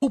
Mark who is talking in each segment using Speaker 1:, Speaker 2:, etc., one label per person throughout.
Speaker 1: O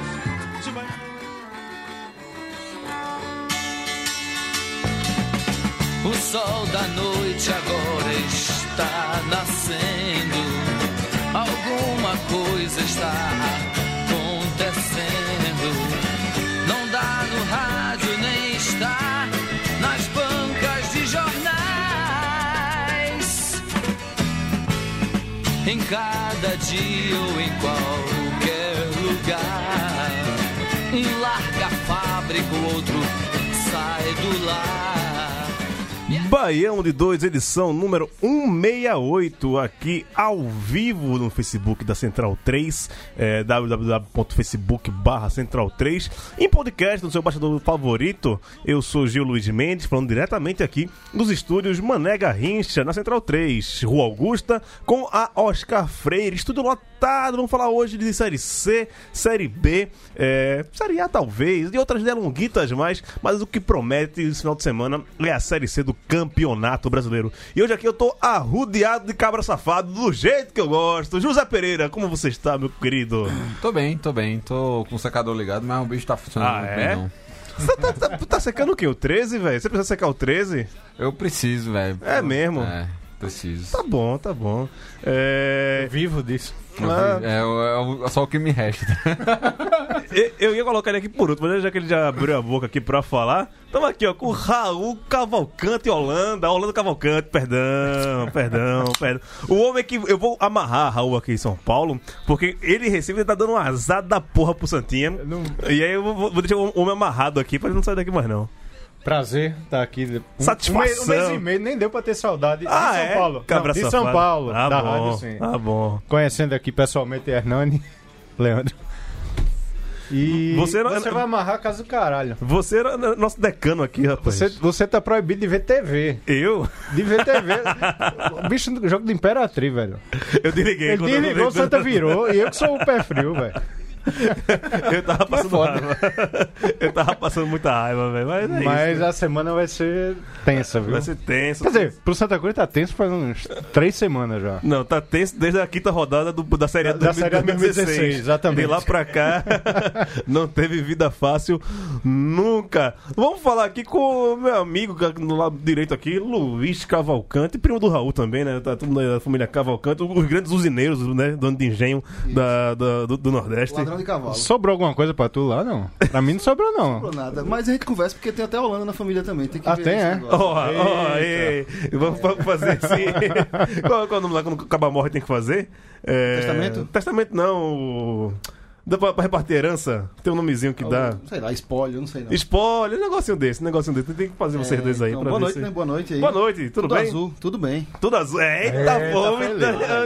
Speaker 2: de Baião.
Speaker 3: O sol da noite agora está nascendo. Alguma coisa está acontecendo. Não dá no rádio nem está nas bancas de jornais. Em cada dia ou em qualquer lugar. Um larga a fábrica, o outro sai do lar.
Speaker 4: Baião de 2, edição número 168, aqui ao vivo no Facebook da Central 3, é, www.facebook Central 3, em podcast no seu baixador favorito, eu sou Gil Luiz Mendes, falando diretamente aqui dos estúdios Mané Garrincha, na Central 3, Rua Augusta, com a Oscar Freire, estúdio lotado, vamos falar hoje de Série C, Série B, é, Série A talvez, e outras delonguitas mais, mas o que promete esse final de semana é a Série C do Campeonato Brasileiro. E hoje aqui eu tô arrudeado de cabra safado, do jeito que eu gosto. José Pereira, como você está, meu querido?
Speaker 5: Tô bem, tô bem. Tô com o secador ligado, mas o bicho tá funcionando
Speaker 4: Ah,
Speaker 5: muito
Speaker 4: é?
Speaker 5: bem, não.
Speaker 4: Você tá, tá- tá secando o quê? O 13, velho? Você precisa secar o 13?
Speaker 5: Eu preciso, velho.
Speaker 4: É mesmo?
Speaker 5: É, preciso.
Speaker 4: Tá bom, tá bom. É,
Speaker 2: Vivo disso.
Speaker 5: Eu-
Speaker 4: Ah.
Speaker 5: É, é- é só o que me resta.
Speaker 4: e- eu ia colocar ele aqui por último, mas já que ele já abriu a boca aqui pra falar. Tamo aqui, ó, com o Raul Cavalcante Holanda. Holanda Cavalcante, perdão, perdão, perdão. O homem que eu vou amarrar Raul aqui em São Paulo, porque ele recebe, ele tá dando um azar da porra pro Santinha.
Speaker 2: Não-
Speaker 4: E aí eu vou, vou deixar o homem amarrado aqui pra ele não sair daqui mais, não.
Speaker 2: Prazer estar aqui. Um-
Speaker 4: Satisfação. é?
Speaker 2: Um mês, um mês e meio, nem deu pra ter saudade.
Speaker 4: Ah,
Speaker 2: de São Paulo.
Speaker 4: Cabra
Speaker 2: Não, de
Speaker 4: safado.
Speaker 2: São Paulo,
Speaker 4: Ah,
Speaker 2: da
Speaker 4: bom.
Speaker 2: rádio, sim.
Speaker 4: Ah, bom.
Speaker 2: Conhecendo aqui pessoalmente Hernani, Leandro. E
Speaker 4: Você
Speaker 2: você,
Speaker 4: não-
Speaker 2: vai amarrar a casa do caralho.
Speaker 4: Você era n- nosso decano aqui, rapaz.
Speaker 2: Você, você tá proibido de ver TV.
Speaker 4: Eu?
Speaker 2: De ver TV. o bicho do jogo do Imperatriz, velho.
Speaker 4: Eu desliguei.
Speaker 2: Ele
Speaker 4: quando eu-
Speaker 2: desligou, o Santa virou. E eu que sou o pé frio, velho.
Speaker 4: Eu tava passando raiva. Eu tava passando muita raiva, velho. Mas é
Speaker 2: Mas
Speaker 4: isso.
Speaker 2: a semana vai ser tensa, viu?
Speaker 4: Vai ser tenso.
Speaker 2: Quer dizer, pro Santa Cruz tá tenso faz uns três semanas já.
Speaker 4: Não, tá tenso desde a quinta rodada do- da Série A
Speaker 2: Da- da Série A
Speaker 4: 2016.
Speaker 2: 2016, exatamente.
Speaker 4: De lá pra cá, não teve vida fácil nunca. Vamos falar aqui com o meu amigo cara, no lado direito aqui, Luiz Cavalcante, primo do Raul também, né? Tá tudo da família Cavalcante, os grandes usineiros, né? Dono de engenho da, da- do, do Nordeste.
Speaker 6: Ladrão de cavalo.
Speaker 2: Sobrou alguma coisa pra tu lá, não? Pra mim não sobrou, não.
Speaker 6: Por nada. Mas a gente conversa porque tem até a Holanda na família também. Tem que
Speaker 2: Ah,
Speaker 6: ver
Speaker 2: tem,
Speaker 6: esse
Speaker 2: é?
Speaker 6: negócio.
Speaker 4: Ó, ó, ei, vamos fa- fazer assim. qual, qual é o nome lá quando acaba a morte tem que fazer? É,
Speaker 6: Testamento?
Speaker 4: Testamento não. o- Dá pra, pra repartir herança? Tem um nomezinho que dá.
Speaker 6: Sei lá, espólio, não sei não.
Speaker 4: Spoiler, um negocinho desse, um negocinho desse. Tem que fazer vocês
Speaker 6: É,
Speaker 4: dois aí
Speaker 6: então,
Speaker 4: pra
Speaker 6: boa
Speaker 4: ver
Speaker 6: noite,
Speaker 4: se-
Speaker 6: né? Boa noite aí.
Speaker 4: Boa noite, tudo,
Speaker 6: Tudo
Speaker 4: bem?
Speaker 6: azul, tudo bem.
Speaker 4: Tudo azul. Eita, pô,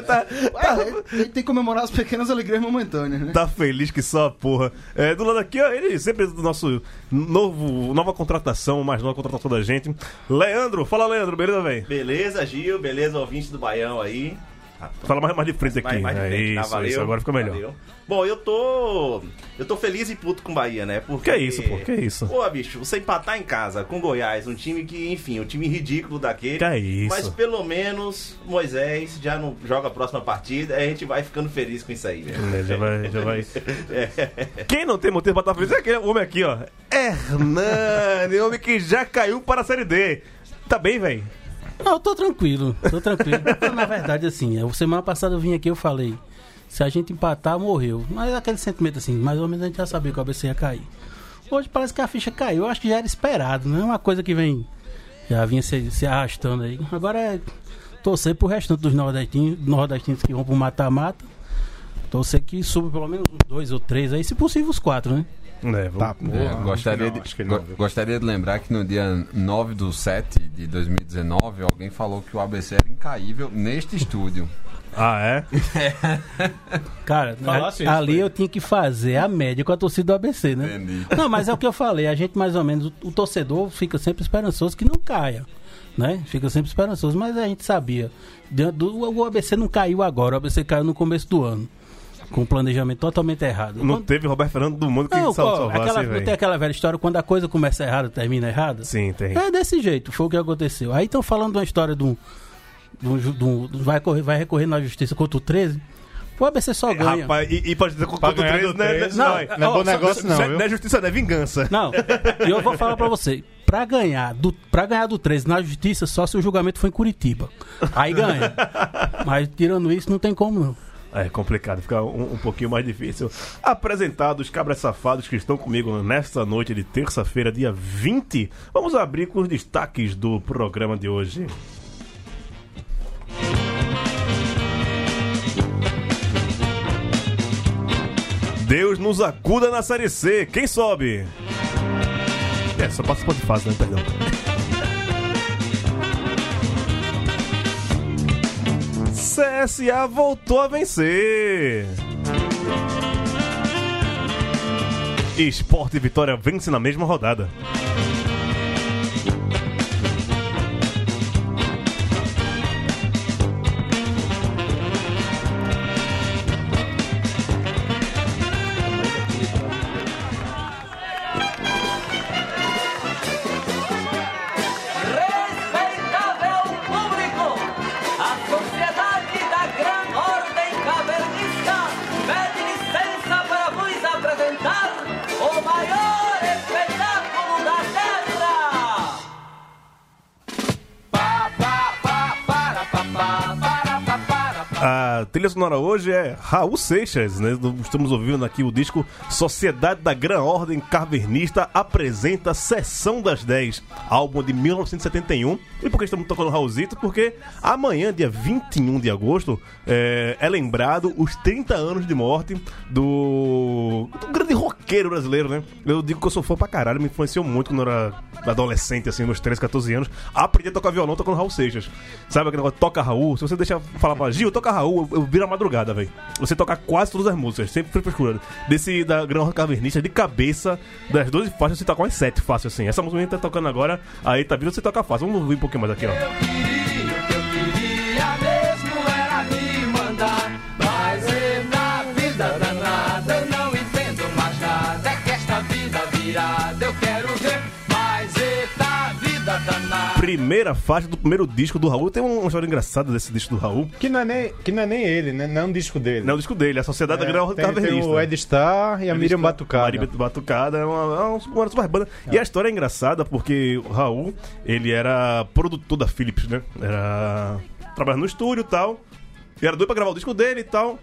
Speaker 4: tá, tá,
Speaker 6: Ah, é, a gente tem que comemorar as pequenas alegrias momentâneas, né?
Speaker 4: tá feliz que só a porra. É, do lado aqui, ó, ele sempre do nosso novo, nova contratação, mais nova contratação da gente. Leandro, fala Leandro, beleza, velho?
Speaker 7: Beleza, Gil, beleza, ouvinte do Baião aí. Rapaz,
Speaker 4: Fala mais, mais de frente aqui.
Speaker 7: mais- mais de
Speaker 4: É
Speaker 7: frente, tá?
Speaker 4: isso,
Speaker 7: Valeu,
Speaker 4: isso, agora fica melhor.
Speaker 7: valeu. Bom, eu tô. Eu tô feliz e puto com o Bahia, né? Porque.
Speaker 4: Que isso, pô, que isso?
Speaker 7: Pô, bicho, você empatar em casa com o Goiás, um time que, enfim, um time ridículo daquele.
Speaker 4: Que é isso.
Speaker 7: Mas pelo menos Moisés já não joga a próxima partida, a gente vai ficando feliz com isso aí, velho.
Speaker 4: É, já vai, já vai. Quem não tem motivo pra estar feliz é aquele homem aqui, ó. Hernani, homem que já caiu para a Série D. Tá bem, velho?
Speaker 8: Não, eu tô tranquilo, tô tranquilo. Porque, Na verdade, assim, eu- semana passada eu vim aqui e eu falei, se a gente empatar, morreu. Mas aquele sentimento assim, mais ou menos a gente já sabia que o ABC ia cair. Hoje parece que a ficha caiu, eu acho que já era esperado, não é uma coisa que vem. Já vinha se, se arrastando aí. Agora é torcer pro restante dos nordestinos, nordestinos que vão pro mata-mata. Torcer que suba pelo menos uns dois ou três aí, se possível os quatro, né?
Speaker 4: É, vamos...
Speaker 6: Tá,
Speaker 5: É,
Speaker 6: porra.
Speaker 5: gostaria,
Speaker 4: não,
Speaker 5: de,
Speaker 4: acho que não,
Speaker 5: go-
Speaker 4: viu?
Speaker 5: gostaria de lembrar que no dia 9 do 7 de 2019, alguém falou que o ABC era incaível neste estúdio.
Speaker 4: Ah, é?
Speaker 8: Cara,
Speaker 7: Falasse isso,
Speaker 8: ali
Speaker 7: foi.
Speaker 8: eu tinha que fazer a média com a torcida do ABC, né?
Speaker 5: Entendi.
Speaker 8: Não, mas é o que eu falei, a gente mais ou menos, o, o torcedor fica sempre esperançoso que não caia, né? Fica sempre esperançoso, mas a gente sabia. Diante do- o ABC não caiu agora, o ABC caiu no começo do ano, com um planejamento totalmente errado.
Speaker 4: Não teve Roberto Fernando do mundo que
Speaker 8: Não,
Speaker 4: não,
Speaker 8: pô,
Speaker 4: salvasse,
Speaker 8: aquela- é-
Speaker 4: hein,
Speaker 8: tem
Speaker 4: velho.
Speaker 8: aquela velha história, quando a coisa começa errada, termina errada?
Speaker 4: Sim, tem.
Speaker 8: É desse jeito, foi o que aconteceu. Aí estão falando de uma história de um. de um ju- de um- de um- vai, correr, vai recorrer na justiça contra o 13. O ABC só ganha.
Speaker 4: É, Rapaz, e, e pode dizer contra o
Speaker 2: ganhar
Speaker 4: 13,
Speaker 2: do
Speaker 4: né?
Speaker 2: três,
Speaker 8: não.
Speaker 4: vai.
Speaker 8: Não,
Speaker 2: Não é
Speaker 8: ó,
Speaker 2: bom
Speaker 8: só-
Speaker 2: negócio, não,
Speaker 4: Isso é-
Speaker 2: viu?
Speaker 4: não é justiça, não é vingança.
Speaker 8: Não, e eu vou falar pra você. Pra ganhar, do, pra ganhar do 13 na justiça, só se o julgamento for em Curitiba. Aí ganha. Mas tirando isso, não tem como não.
Speaker 4: É complicado, fica um, um pouquinho mais difícil. Apresentados, cabras safados que estão comigo nesta noite de terça-feira, dia 20. Vamos abrir com os destaques do programa de hoje. Deus nos acuda na Série C. Quem sobe? É, só passa por fase, né? Perdão. CSA voltou a vencer. Esporte e Vitória vence na mesma rodada.
Speaker 9: Respeitável público, a Sociedade da Gran Ordem Cavernista pede licença para vos apresentar o maior espetáculo da Terra.
Speaker 4: A trilha sonora hoje é Raul Seixas, né? Estamos ouvindo aqui o disco Sociedade da Gran Ordem Carvernista apresenta Sessão das 10, álbum de 1971. E por que estamos tocando Raulzito? Porque amanhã, dia 21 de agosto, é, é lembrado os 30 anos de morte do, do grande roqueiro brasileiro, né? Eu digo que eu sou fã pra caralho, me influenciou muito quando eu era adolescente, assim, meus 13, 14 anos. Aprendi a tocar violão tocando Raul Seixas. Sabe aquele negócio, toca Raul? Se você deixar falar pra Gil, toca Raul, eu, eu viro a madrugada, velho. Você toca quase todas as músicas, sempre fui procurando. Desse da Grão Cavernista, de cabeça, das 12 faixas, você toca umas 7 fácil, assim. Essa música que a gente tá tocando agora, aí tá vindo, você toca fácil. Vamos ouvir um pouquinho mais aqui, ó.
Speaker 3: Queria mesmo era me mandar, mas eu na vida danada eu não entendo mais nada. É que esta vida virada eu quero ver, mas eita vida danada.
Speaker 4: Primeira faixa do primeiro disco do Raul. Tem um- uma história engraçada desse disco do Raul.
Speaker 2: Que não, é nem, que não é nem ele, né? Não é um disco dele.
Speaker 4: Não, o disco dele, A Sociedade da
Speaker 2: É,
Speaker 4: Grão Ordem
Speaker 2: tem, tem
Speaker 4: Cavernista.
Speaker 2: o Ed Star e a Miriam Batucada. um-
Speaker 4: Maria Batucada é uma, é uma super- super banda. E a história é engraçada porque o Raul, ele era produtor da Philips, né? Era. Trabalhava no estúdio e tal. E era doido pra gravar o disco dele e tal.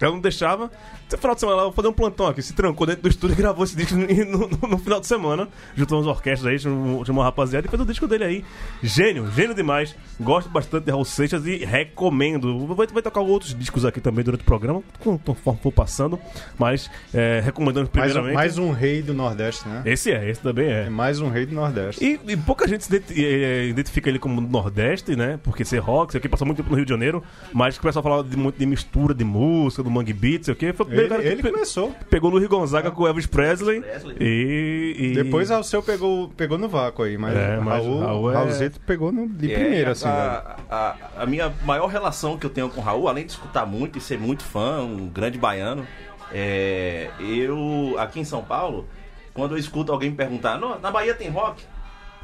Speaker 4: Ela não deixava. No final de semana, ela vou fazer um plantão aqui. Se trancou dentro do estúdio e gravou esse disco no, no- no final de semana. Juntou umas orquestras aí, chamou, chamou uma rapaziada e fez o disco dele aí. Gênio, gênio demais. Gosto bastante de Raul Seixas e recomendo. Vai, vai tocar outros discos aqui também durante o programa, con- conforme for passando. Mas é, recomendando
Speaker 2: Mais,
Speaker 4: primeiramente.
Speaker 2: um- mais um rei do Nordeste, né?
Speaker 4: Esse é, esse também é.
Speaker 2: É mais um rei do Nordeste.
Speaker 4: E, e pouca gente se identi- eh, identifica ele como Nordeste, né? Porque ser rock, sei o que, passou muito tempo no Rio de Janeiro, mas que o pessoal falava de, muito de mistura de música, do mangue beat, sei o que. Foi o primeiro
Speaker 2: Ele,
Speaker 4: cara que
Speaker 2: ele
Speaker 4: pe-
Speaker 2: começou.
Speaker 4: pegou Luiz Gonzaga com o Elvis Presley,
Speaker 7: Presley.
Speaker 4: e, e-
Speaker 2: Depois Alceu pegou, pegou no vácuo aí, mas,
Speaker 4: É, mas
Speaker 2: Raul,
Speaker 4: Raul é-
Speaker 2: Raulzito pegou no, de
Speaker 7: É,
Speaker 2: primeiro,
Speaker 7: a-
Speaker 2: assim, velho.
Speaker 7: a, a, a minha maior relação que eu tenho com o Raul, além de escutar muito e ser muito fã, um grande baiano, é, eu, aqui em São Paulo, quando eu escuto alguém me perguntar, "Não, na Bahia tem rock?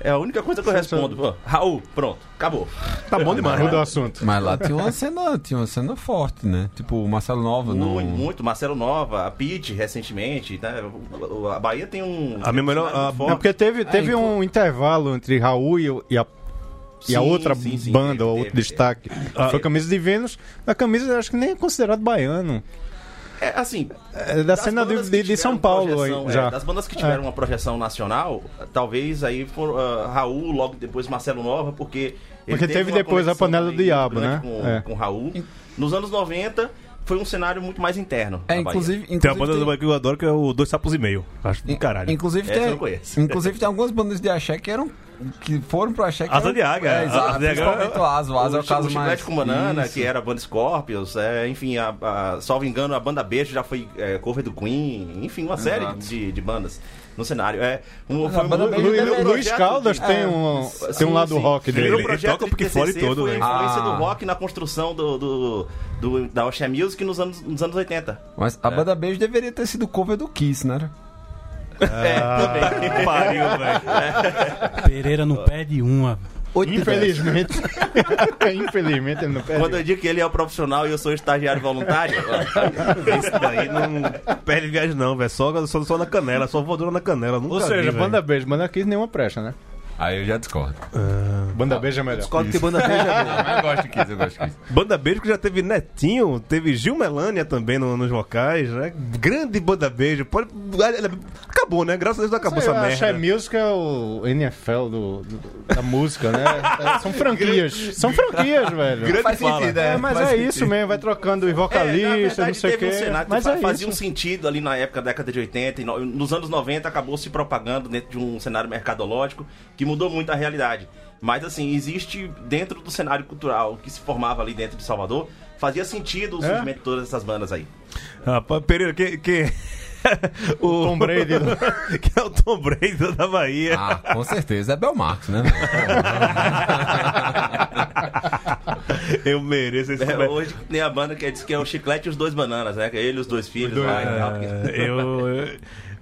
Speaker 7: É a única coisa que eu respondo. Pô, Raul, pronto, acabou.
Speaker 4: tá bom demais,
Speaker 2: Muda o
Speaker 4: né?
Speaker 2: assunto.
Speaker 5: Mas lá tinha uma cena, tinha uma cena forte, né? Tipo, o Marcelo Nova não.
Speaker 7: Muito, muito. Marcelo Nova, a Pete, recentemente. Né? O- o- A Bahia tem um...
Speaker 4: A minha melhor- a-
Speaker 2: É porque
Speaker 7: Ah,
Speaker 2: teve, teve um intervalo entre Raul e, o- e a, e a
Speaker 7: então. Sim,
Speaker 2: outra
Speaker 7: sim, sim,
Speaker 2: banda,
Speaker 7: teve,
Speaker 2: ou outro
Speaker 7: teve,
Speaker 2: destaque.
Speaker 4: Ah,
Speaker 2: Foi a camisa de Vênus. A camisa eu acho que nem é considerado baiano.
Speaker 7: É, assim,
Speaker 2: É da
Speaker 7: Das
Speaker 2: cena de,
Speaker 7: bandas
Speaker 2: de-
Speaker 7: que
Speaker 2: de São
Speaker 7: tiveram
Speaker 2: Paulo
Speaker 7: projeção,
Speaker 2: aí,
Speaker 7: é,
Speaker 2: já.
Speaker 7: das bandas que tiveram uma projeção nacional, talvez aí for ah, Raul, logo depois Marcelo Nova, porque. ele
Speaker 2: Porque teve
Speaker 7: uma
Speaker 2: depois a
Speaker 7: conexão
Speaker 2: panela do
Speaker 7: muito
Speaker 2: diabo,
Speaker 7: grande
Speaker 2: né?
Speaker 7: Com,
Speaker 2: É.
Speaker 7: com Raul. Nos anos 90. foi um cenário muito mais interno.
Speaker 5: É,
Speaker 7: na Bahia.
Speaker 5: inclusive, inclusive
Speaker 4: Tem uma banda
Speaker 5: tem-
Speaker 4: do Bahia que eu adoro que é o Dois Sapos e Meio. Acho do caralho.
Speaker 5: Inclusive
Speaker 7: Essa eu
Speaker 5: tem,
Speaker 7: não conheço.
Speaker 5: inclusive tem algumas bandas de axé que eram que foram pro axé que
Speaker 4: Asa
Speaker 5: eram-
Speaker 4: de Águia.
Speaker 5: É, exato,
Speaker 4: Asa de Águia.
Speaker 5: principalmente o Asa, o Asa é o
Speaker 7: Chi-
Speaker 5: caso
Speaker 7: Chiclete
Speaker 5: mais
Speaker 7: com Banana,
Speaker 5: Isso.
Speaker 7: que é- era a banda Scorpions, é, enfim, a, a, salvo engano, a banda Beijo já foi é, cover do Queen, enfim, uma série de, de bandas no cenário. É, um,
Speaker 5: a banda Beijo
Speaker 7: meu
Speaker 5: deveria-
Speaker 7: projeto
Speaker 10: Luiz Caldas
Speaker 7: de- É.
Speaker 10: tem, um, tem um
Speaker 7: Sim,
Speaker 10: lado
Speaker 7: sim.
Speaker 10: rock
Speaker 7: Meu
Speaker 10: dele.
Speaker 4: ele
Speaker 7: projeto
Speaker 4: toca o
Speaker 7: de
Speaker 4: Pink Floyd
Speaker 7: TCC
Speaker 4: todo,
Speaker 7: foi a
Speaker 4: né?
Speaker 7: influência
Speaker 5: Ah.
Speaker 7: do rock na construção do, do, do- da Ocean Music nos anos, nos anos 80.
Speaker 5: Mas a banda Beijo deveria ter sido cover do Kiss, né?
Speaker 7: É,
Speaker 10: Ah.
Speaker 7: também.
Speaker 4: Pariu, velho.
Speaker 8: Pereira não perde uma.
Speaker 10: Infelizmente. Infelizmente ele não perde.
Speaker 7: Quando eu digo que ele é o profissional e eu sou estagiário voluntário,
Speaker 4: Esse daí não perde viagem, não, velho. Só, só, só na canela, só voadora na canela. Nunca
Speaker 10: Ou seja,
Speaker 4: vi,
Speaker 10: banda
Speaker 4: velho.
Speaker 10: beijo, banda quis nenhuma presta, né?
Speaker 5: Aí eu já discordo.
Speaker 10: Banda beijo é melhor.
Speaker 4: Discordo que banda beijo. é boa.
Speaker 5: Mas eu gosto de Kiss, eu gosto de Kiss.
Speaker 4: banda beijo que já teve Netinho, teve Gil Melânia também no- nos vocais, né? Grande banda beijo. Pode- Acabou, né? Graças a Deus acabou essa merda.
Speaker 10: Axé Music é o NFL do, do- da música, né? É, São franquias. São franquias, velho.
Speaker 5: Faz
Speaker 4: fala.
Speaker 5: sentido,
Speaker 10: É,
Speaker 5: é.
Speaker 10: mas
Speaker 4: Faz
Speaker 10: é
Speaker 4: sentido.
Speaker 10: isso mesmo, vai trocando os
Speaker 7: É, na
Speaker 10: vocalistas,
Speaker 7: verdade,
Speaker 10: não sei o
Speaker 7: teve
Speaker 10: quê.
Speaker 7: um cenário que
Speaker 10: mas
Speaker 7: fa-
Speaker 10: é
Speaker 7: fazia um
Speaker 10: isso.
Speaker 7: sentido ali na época, década de 80, e no- nos anos 90 acabou se propagando dentro de um cenário mercadológico que mudou muito a realidade. Mas assim, existe dentro do cenário cultural que se formava ali dentro de Salvador, fazia sentido o
Speaker 10: É?
Speaker 7: surgimento de todas essas bandas aí.
Speaker 4: Rapaz, Pereira, que. que... o
Speaker 10: Tom Brady.
Speaker 4: que é o Tom Brady da Bahia.
Speaker 5: Ah, com certeza. É Belmarx, né?
Speaker 4: Eu mereço esse
Speaker 7: É,
Speaker 4: comentário.
Speaker 7: hoje tem a banda que diz que é o Chiclete e os Dois Bananas, né? Que é ele e os dois filhos lá e tal.
Speaker 4: É, Eu, eu,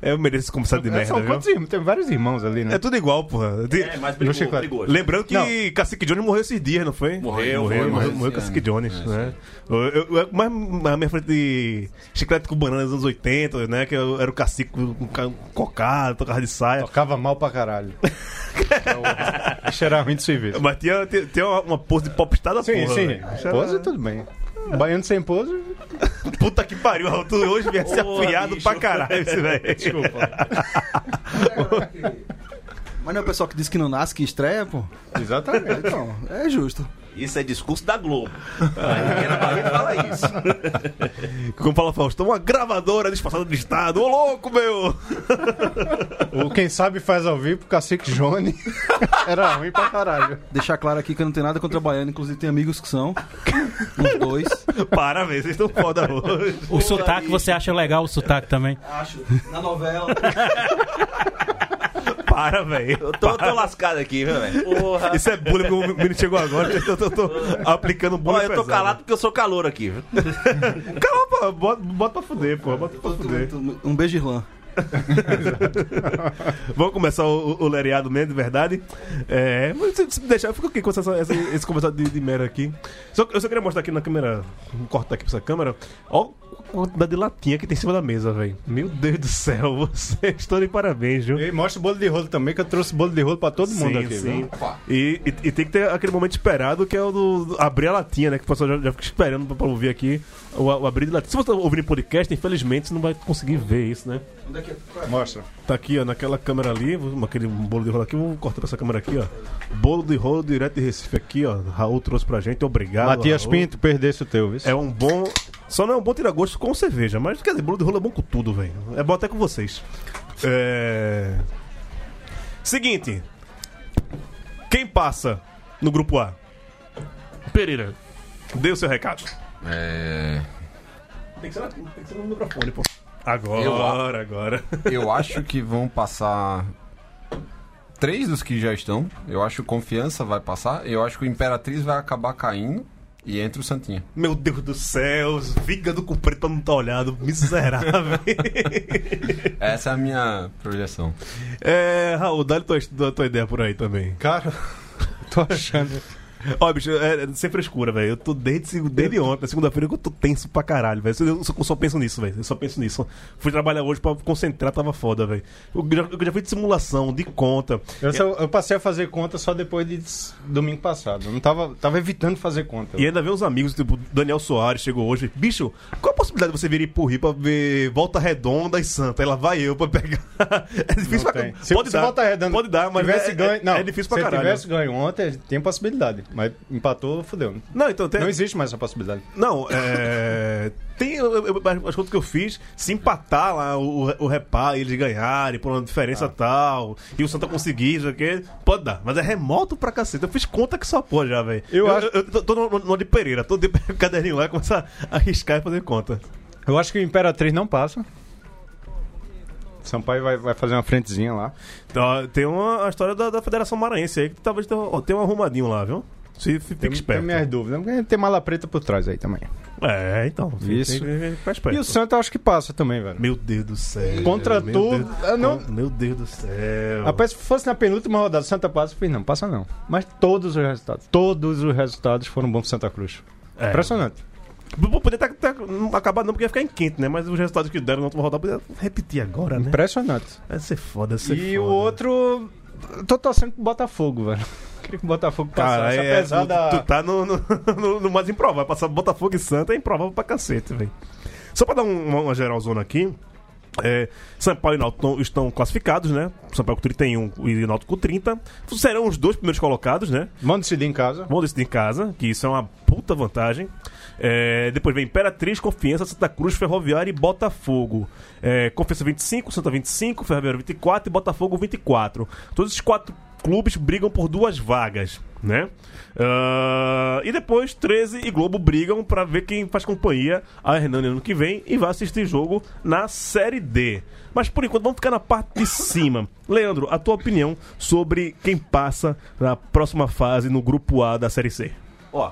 Speaker 4: eu mereço esse começar de
Speaker 10: É,
Speaker 4: merda,
Speaker 10: São
Speaker 4: viu?
Speaker 10: quantos irmãos? Tem vários irmãos ali, né?
Speaker 4: É tudo igual, porra. De-
Speaker 7: É, mas brigou,
Speaker 10: Chiclete.
Speaker 7: brigou.
Speaker 4: Lembrando que
Speaker 10: Não.
Speaker 4: Cacique Jones morreu esses dias, não foi?
Speaker 7: Morreu,
Speaker 4: morreu.
Speaker 7: foi,
Speaker 4: Morreu,
Speaker 5: mas
Speaker 4: morreu
Speaker 5: esse
Speaker 4: Cacique
Speaker 5: ano.
Speaker 4: Jones,
Speaker 5: É,
Speaker 4: né? Eu, eu- eu- mas a minha frente de chiclete com banana dos anos 80, né? Que eu era o cacique com ca- um cocado, tocava de saia.
Speaker 10: Tocava mal pra caralho. É o- Cheirar ruim de serviço.
Speaker 4: Mas tinha, tinha, tinha uma, uma pose de popstar da
Speaker 10: Sim,
Speaker 4: porra.
Speaker 10: sim.
Speaker 4: velho.
Speaker 10: Pose, tudo bem. Baiano sem pose,
Speaker 4: Puta que pariu, tu hoje viesse ser
Speaker 7: Ô,
Speaker 4: afiado
Speaker 7: bicho.
Speaker 4: pra caralho, esse velho.
Speaker 6: Mas não é o pessoal que diz que não nasce, que estreia, pô?
Speaker 10: Exatamente.
Speaker 6: Então, é justo.
Speaker 7: Isso é discurso da Globo. Aí ninguém na Bahia fala isso.
Speaker 4: Como fala Faustão, uma gravadora disfarçada de estado. Ô louco, meu!
Speaker 10: O Quem Sabe Faz ao Vivo, Cacique Johnny. Era ruim pra caralho.
Speaker 6: Deixar claro aqui que eu não tenho nada contra baiano, inclusive tem amigos que são. Uns dois.
Speaker 4: Para, velho, vocês estão foda hoje.
Speaker 8: O sotaque, você acha legal o sotaque também?
Speaker 6: Acho. Na novela.
Speaker 4: Para, velho.
Speaker 7: Eu tô, tô lascado aqui, viu, velho? Porra.
Speaker 4: Isso é bullying, o menino chegou agora. Eu tô, tô- tô aplicando bullying.
Speaker 7: Ó, eu tô
Speaker 4: pesado.
Speaker 7: calado porque eu sou calor aqui, viu?
Speaker 4: Calma, pô, bota, bota pra fuder, pô. Bota pra fuder.
Speaker 6: Um beijo, Irlan.
Speaker 4: Vamos começar o, o lereado mesmo, de verdade. É, mas se, se deixar, eu fico aqui com essa, essa- esse conversado de, de merda aqui. Só, que eu só queria mostrar aqui na câmera, cortar aqui pra essa câmera. Ó a quantidade de latinha que tem em cima da mesa, velho. Meu Deus do céu, vocês estão de parabéns, viu?
Speaker 10: E mostra o bolo de rolo também, que eu trouxe bolo de rolo pra todo mundo
Speaker 4: sim,
Speaker 10: aqui.
Speaker 4: Sim.
Speaker 10: viu?
Speaker 4: E, e- e tem que ter aquele momento esperado que é o do, do abrir a latinha, né? Que o pessoal já, já fica esperando pra, pra ouvir aqui o, o abrir de latinha. Se você tá ouvindo em podcast, infelizmente você não vai conseguir ver isso, né?
Speaker 10: Mostra.
Speaker 4: Tá aqui, ó, naquela câmera ali, vou- aquele bolo de rolo aqui, vou cortar pra essa câmera aqui, ó. Bolo de rolo direto de Recife aqui, ó. Raul trouxe pra gente, obrigado.
Speaker 10: Matias
Speaker 4: Raul.
Speaker 10: Pinto, perdesse o teu, viu?
Speaker 4: É um bom. Só não é um bom tirar gosto com cerveja, mas quer dizer, bolo de rolo é bom com tudo, velho. É bom até com vocês. É. Seguinte. Quem passa no grupo A? Pereira. Dê o seu recado.
Speaker 5: É,
Speaker 4: Tem que ser, tem que ser no microfone, pô.
Speaker 5: Eu-
Speaker 4: Agora, agora.
Speaker 5: eu acho que vão passar três dos que já estão. Eu acho que Confiança vai passar. Eu acho que o Imperatriz vai acabar caindo. E entra o Santinha.
Speaker 4: Meu Deus do céu, fica do cumprido pra não tá olhado, miserável.
Speaker 5: Essa é a minha projeção.
Speaker 4: é, Raul, dá-lhe tua, tua ideia por aí também.
Speaker 10: Cara, tô achando.
Speaker 4: Ó, bicho, é, é sem frescura, velho. Eu tô desde, seg- desde ontem, na segunda-feira, que eu tô tenso pra caralho, velho. Eu só, eu só penso nisso, velho. Eu só penso nisso. Fui trabalhar hoje pra concentrar, tava foda, velho. Eu, já- eu já fiz de simulação, de conta.
Speaker 10: Eu, só- eu passei a fazer conta só depois de s- domingo passado. Eu não tava, tava evitando fazer conta.
Speaker 4: E ainda vê uns amigos, tipo, Daniel Soares chegou hoje. Bicho, qual a possibilidade de você vir pro Rio pra ver Volta Redonda e Santa? Aí lá vai eu pra pegar. É difícil
Speaker 10: Não
Speaker 4: pra
Speaker 10: tem. Se,
Speaker 4: pode
Speaker 10: se
Speaker 4: dar.
Speaker 10: volta redonda,
Speaker 4: Pode dar, mas
Speaker 10: tivesse
Speaker 4: é,
Speaker 10: ganho,
Speaker 4: é-
Speaker 10: não,
Speaker 4: é difícil pra
Speaker 10: se
Speaker 4: caralho.
Speaker 10: tivesse ganho ontem, tem possibilidade. Mas empatou, fudeu. né?
Speaker 4: Não, então tem.
Speaker 10: Não existe mais essa possibilidade.
Speaker 4: Não, é. Tem eu- eu- as contas que eu fiz, se empatar lá o, o repar e eles ganharem por uma diferença
Speaker 10: Ah.
Speaker 4: tal, e o Santa conseguir, isso aqui, pode dar. Mas é remoto pra caceta. Eu fiz conta que só pode já, velho.
Speaker 10: Eu acho-
Speaker 4: Eu, tô, tô no, no de Pereira, tô de caderninho lá e começar a arriscar e fazer conta.
Speaker 10: Eu acho que o Imperatriz não passa. Sampaio vai, vai fazer uma frentezinha lá.
Speaker 4: Então, tem uma a história da, da Federação Maranhense aí que talvez tenha, ó, tenha um arrumadinho lá, viu? Se f- fica
Speaker 10: Tem, tem
Speaker 4: esperto.
Speaker 10: minhas dúvidas. porque Tem mala preta por trás aí também.
Speaker 4: É, então.
Speaker 10: Isso.
Speaker 4: Fica, fica- fica esperto.
Speaker 10: E o Santa eu acho que passa também, velho.
Speaker 4: Meu Deus do céu.
Speaker 10: Contra
Speaker 4: meu
Speaker 10: tudo.
Speaker 4: Deus-
Speaker 10: Ah, não-
Speaker 4: Meu Deus do céu.
Speaker 10: Rapaz, se fosse na penúltima rodada Santa passa, eu fiz não, passa não. Mas todos os resultados, todos os resultados foram bons pro Santa Cruz.
Speaker 4: É.
Speaker 10: Impressionante.
Speaker 4: P- Podia tá, tá- não acabar não, porque ia ficar em quinto, né? Mas os resultados que deram na última rodada podia repetir agora, né?
Speaker 10: Impressionante.
Speaker 4: Vai ser foda, vai ser
Speaker 10: E
Speaker 4: foda.
Speaker 10: o outro. Tô torcendo pro Botafogo, velho. Queria que o Botafogo
Speaker 4: Cara,
Speaker 10: passasse,
Speaker 4: é,
Speaker 10: apesar
Speaker 4: tu,
Speaker 10: da.
Speaker 4: tu tá no, no, no- no mais improvável. Passar Botafogo e Santa é improvável pra cacete, velho. Só pra dar um- uma, uma geralzona aqui. É, São Paulo e Náutico estão classificados, né? São Paulo com 31 e Náutico com 30. Serão os dois primeiros colocados, né?
Speaker 10: Manda decidir em casa.
Speaker 4: Vão decidir em casa, que isso é uma puta vantagem. É, depois vem Imperatriz, Confiança, Santa Cruz, Ferroviária e Botafogo. É, Confiança 25, Santa 25, Ferroviária 24 e Botafogo 24. Todos esses quatro clubes brigam por duas vagas, né? Ah, e depois 13 e Globo brigam pra ver quem faz companhia a Hernani ano que vem e vai assistir jogo na Série D. Mas por enquanto vamos ficar na parte de cima. Leandro, a tua opinião sobre quem passa na próxima fase no grupo A da Série C?
Speaker 7: Ó,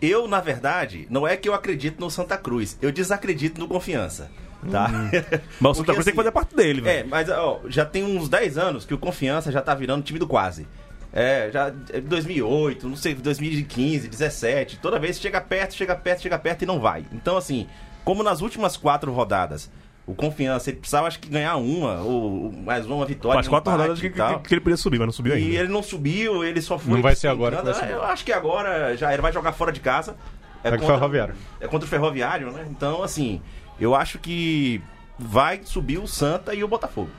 Speaker 7: eu, na verdade, não é que eu acredito no Santa Cruz, eu desacredito no Confiança. Tá?
Speaker 4: Mas o
Speaker 7: Porque,
Speaker 4: Santa Cruz tem que
Speaker 7: assim,
Speaker 4: fazer parte dele, velho.
Speaker 7: É, mas ó, já tem uns 10 anos que o Confiança já tá virando time do quase. É, já é 2008, não sei, 2015, 17, toda vez chega perto, chega perto, chega perto e não vai. Então assim, como nas últimas quatro rodadas, o Confiança ele precisava acho que ganhar uma ou mais uma vitória,
Speaker 4: Faz
Speaker 7: um
Speaker 4: quatro
Speaker 7: empate
Speaker 4: rodadas que,
Speaker 7: e tal.
Speaker 4: que- que ele podia subir, mas não subiu
Speaker 7: E
Speaker 4: ainda.
Speaker 7: ele não subiu, ele só foi
Speaker 10: Não vai ser agora que
Speaker 7: brincando.
Speaker 10: vai subir.
Speaker 7: Eu acho que agora já era, vai jogar fora de casa. É,
Speaker 10: Pega o Ferroviário.
Speaker 7: é contra o Ferroviário, né? Então, assim, eu acho que vai subir o Santa e o Botafogo.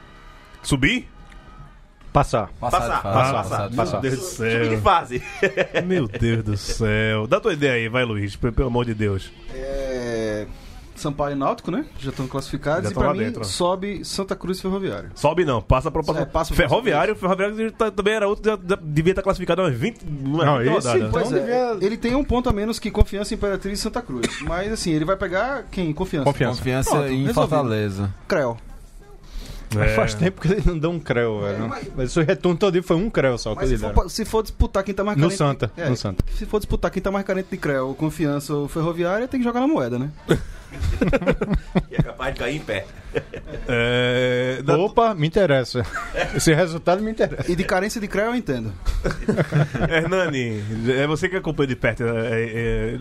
Speaker 4: Subir?
Speaker 10: Passar.
Speaker 7: Passar, passar, passar.
Speaker 4: Meu Deus do
Speaker 7: Time de
Speaker 4: céu.
Speaker 7: fase.
Speaker 4: Meu Deus do céu. Dá tua ideia aí, vai, Luiz, pe- pelo amor de Deus.
Speaker 6: É... Sampaio e Náutico, né? Já estão classificados.
Speaker 4: Já
Speaker 6: e
Speaker 4: tão
Speaker 6: pra
Speaker 4: lá
Speaker 6: mim,
Speaker 4: dentro, né?
Speaker 6: sobe Santa Cruz e Ferroviária.
Speaker 4: Sobe não, passa pra passa,
Speaker 6: É, passa pra-
Speaker 4: Ferroviário, Ferroviário tá- também era outro, já- já devia estar classificado umas 20, umas
Speaker 10: Não,
Speaker 4: 20
Speaker 10: esse
Speaker 4: rodadas.
Speaker 10: foi-
Speaker 6: Pois
Speaker 10: Então
Speaker 6: é, ele tem um ponto a menos que Confiança, Imperatriz e Santa Cruz. Mas assim, ele vai pegar quem? Confiança.
Speaker 10: Confiança.
Speaker 5: Confiança
Speaker 6: Pronto,
Speaker 5: em
Speaker 6: resolvido.
Speaker 5: Fortaleza.
Speaker 6: Creu.
Speaker 4: É.
Speaker 10: Faz tempo que eles não dão um creu, velho.
Speaker 6: É, mas-
Speaker 10: Mas o retorno todo foi um creu só que
Speaker 6: Mas se
Speaker 10: eles
Speaker 6: for,
Speaker 10: deram.
Speaker 6: pa- se for disputar quem tá mais
Speaker 10: No
Speaker 6: carente.
Speaker 10: Santa, no Santa.
Speaker 6: Se for disputar quem tá mais carente de Creu, Confiança ou Ferroviária, tem que jogar na moeda, né?
Speaker 7: E é capaz de cair em pé.
Speaker 4: É, dá-
Speaker 10: Opa, me interessa. Esse resultado me interessa.
Speaker 6: E de carência de Creu eu entendo.
Speaker 4: Hernani, é você que acompanha de perto. É, é,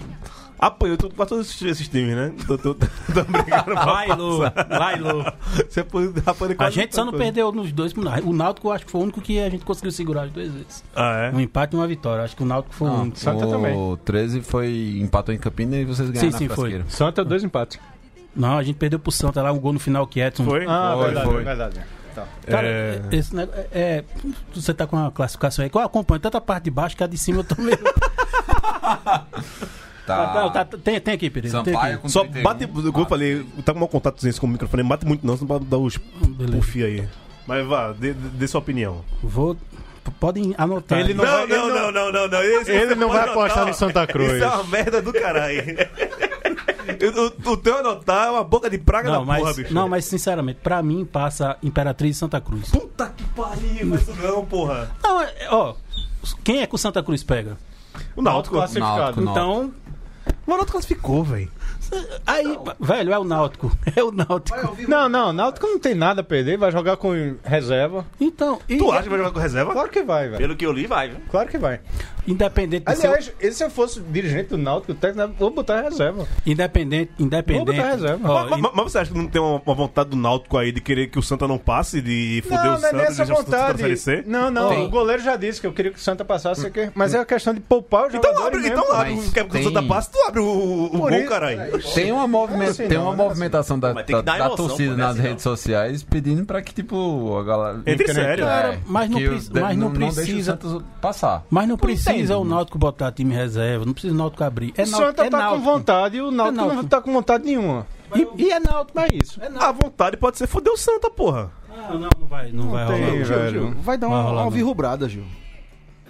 Speaker 4: apanhou tu- quase todos esses, esses times, né? Tô, tô, tô, tô brigando pra
Speaker 8: Vai,
Speaker 4: passar.
Speaker 8: Lu, vai, Lu.
Speaker 4: Você apanhou- apanhou
Speaker 8: A
Speaker 4: quase
Speaker 8: gente só não
Speaker 4: todos.
Speaker 8: perdeu nos dois. pro Náutico. O Náutico eu acho que foi o único que a gente conseguiu segurar as duas vezes.
Speaker 4: Ah,
Speaker 8: Um
Speaker 4: é?
Speaker 8: empate e uma vitória. Acho que o Náutico foi o único.
Speaker 10: Santa
Speaker 5: o
Speaker 10: também.
Speaker 5: 13 foi empatou em Campina e vocês ganharam
Speaker 8: Sim, sim,
Speaker 5: na
Speaker 8: foi.
Speaker 5: frasqueira.
Speaker 10: Santa, dois empates.
Speaker 8: Não, a gente perdeu pro Santa lá, um gol no final que Edson.
Speaker 4: Foi?
Speaker 10: Ah,
Speaker 5: Foi,
Speaker 10: verdade,
Speaker 5: foi.
Speaker 10: verdade. Tá.
Speaker 8: Cara,
Speaker 4: É.
Speaker 8: esse negócio. É, é, você tá com uma classificação aí. que Eu acompanho tanto a parte de baixo que a de cima eu tô meio. Tá, tá, tá, tem, tem aqui, Pereira. tem
Speaker 5: Sampaio
Speaker 8: aqui.
Speaker 5: com
Speaker 4: Só
Speaker 5: 31.
Speaker 4: bate. Como eu falei, tá com mau contato com o microfone, bate muito não, senão pode dar os
Speaker 8: Beleza.
Speaker 4: puff aí. Mas vá, dê, dê sua opinião.
Speaker 8: Vou. p- Podem anotar.
Speaker 10: Ele
Speaker 8: aí.
Speaker 10: Não vai- ele
Speaker 4: não, não, não, não. Esse-
Speaker 10: Ele não vai
Speaker 4: Mano,
Speaker 10: apostar no Santa Cruz.
Speaker 4: Isso é uma merda do caralho. o, o- o teu anotar é uma boca de praga
Speaker 8: Não,
Speaker 4: da
Speaker 8: mas,
Speaker 4: porra, bicho.
Speaker 8: não, mas sinceramente, pra mim passa Imperatriz e Santa Cruz.
Speaker 4: Puta que pariu, mas não, porra.
Speaker 8: Não, é- ó, quem é que o Santa Cruz pega?
Speaker 4: O Náutico.
Speaker 10: Náutico classificado.
Speaker 5: Náutico.
Speaker 8: Então,
Speaker 4: O Náutico classificou, velho.
Speaker 8: aí, velho, é o Náutico. É o Náutico.
Speaker 10: Não, não, Náutico não tem nada a perder, vai jogar com reserva.
Speaker 8: Então, e-
Speaker 4: Tu acha que vai jogar com reserva?
Speaker 10: Claro que vai, velho.
Speaker 7: Pelo que eu li, vai, viu?
Speaker 10: Claro que vai.
Speaker 8: independente de ser-
Speaker 10: Aliás, e se eu fosse dirigente do Náutico, o técnico, eu vou botar reserva.
Speaker 8: Independente,
Speaker 10: Vou botar
Speaker 8: independente.
Speaker 10: reserva.
Speaker 8: Ó,
Speaker 4: Mas, mas- mas você acha que não tem uma, uma vontade do Náutico aí de querer que o Santa não passe, de foder o
Speaker 10: não, não é
Speaker 4: Santa
Speaker 10: nessa
Speaker 4: e já o Santa tá na
Speaker 10: vontade.
Speaker 4: Série C?
Speaker 10: Não, não,
Speaker 8: Tem.
Speaker 10: o goleiro já disse que eu queria que o Santa passasse aqui. Mas é a questão de poupar o jogador.
Speaker 4: Então abre, então abre.
Speaker 5: Mas
Speaker 4: Quer que o
Speaker 5: tem-
Speaker 4: Santa passe, tu abre abre o, o
Speaker 10: Por
Speaker 4: gol,
Speaker 10: isso-
Speaker 4: caralho.
Speaker 5: Tem uma, movimenta- né?
Speaker 10: assim
Speaker 5: tem
Speaker 10: não,
Speaker 5: uma
Speaker 10: não é
Speaker 5: movimentação da,
Speaker 7: Mas tem que
Speaker 5: da-
Speaker 7: dar
Speaker 5: da
Speaker 7: emoção,
Speaker 5: torcida
Speaker 7: pô, não é
Speaker 5: nas
Speaker 7: assim, não.
Speaker 5: redes sociais pedindo pra que, tipo, a galera.
Speaker 4: Entre sério.
Speaker 5: É,
Speaker 8: mas não
Speaker 5: que
Speaker 8: preci-
Speaker 5: o- de-
Speaker 8: mas não
Speaker 5: deixa o
Speaker 8: precisa-
Speaker 5: Santos passar.
Speaker 8: Mas não
Speaker 10: tem,
Speaker 8: precisa
Speaker 10: né?
Speaker 8: o Náutico botar time reserva, não precisa o Náutico abrir. É
Speaker 10: o
Speaker 8: Náutico,
Speaker 10: Santa
Speaker 8: é
Speaker 10: tá com
Speaker 8: Náutico.
Speaker 10: vontade e o Náutico não
Speaker 8: Náutico.
Speaker 10: tá com vontade nenhuma.
Speaker 8: E, e é Náutico, mas isso. É
Speaker 4: A vontade pode ser foder o Santa, porra.
Speaker 8: Não, não, não vai, não, vai
Speaker 10: tem,
Speaker 8: rolar.
Speaker 10: velho.
Speaker 6: Gil, vai dar um
Speaker 8: Vai
Speaker 6: uma
Speaker 8: rolar, não.
Speaker 10: né?
Speaker 6: alvirrubrada, Gil.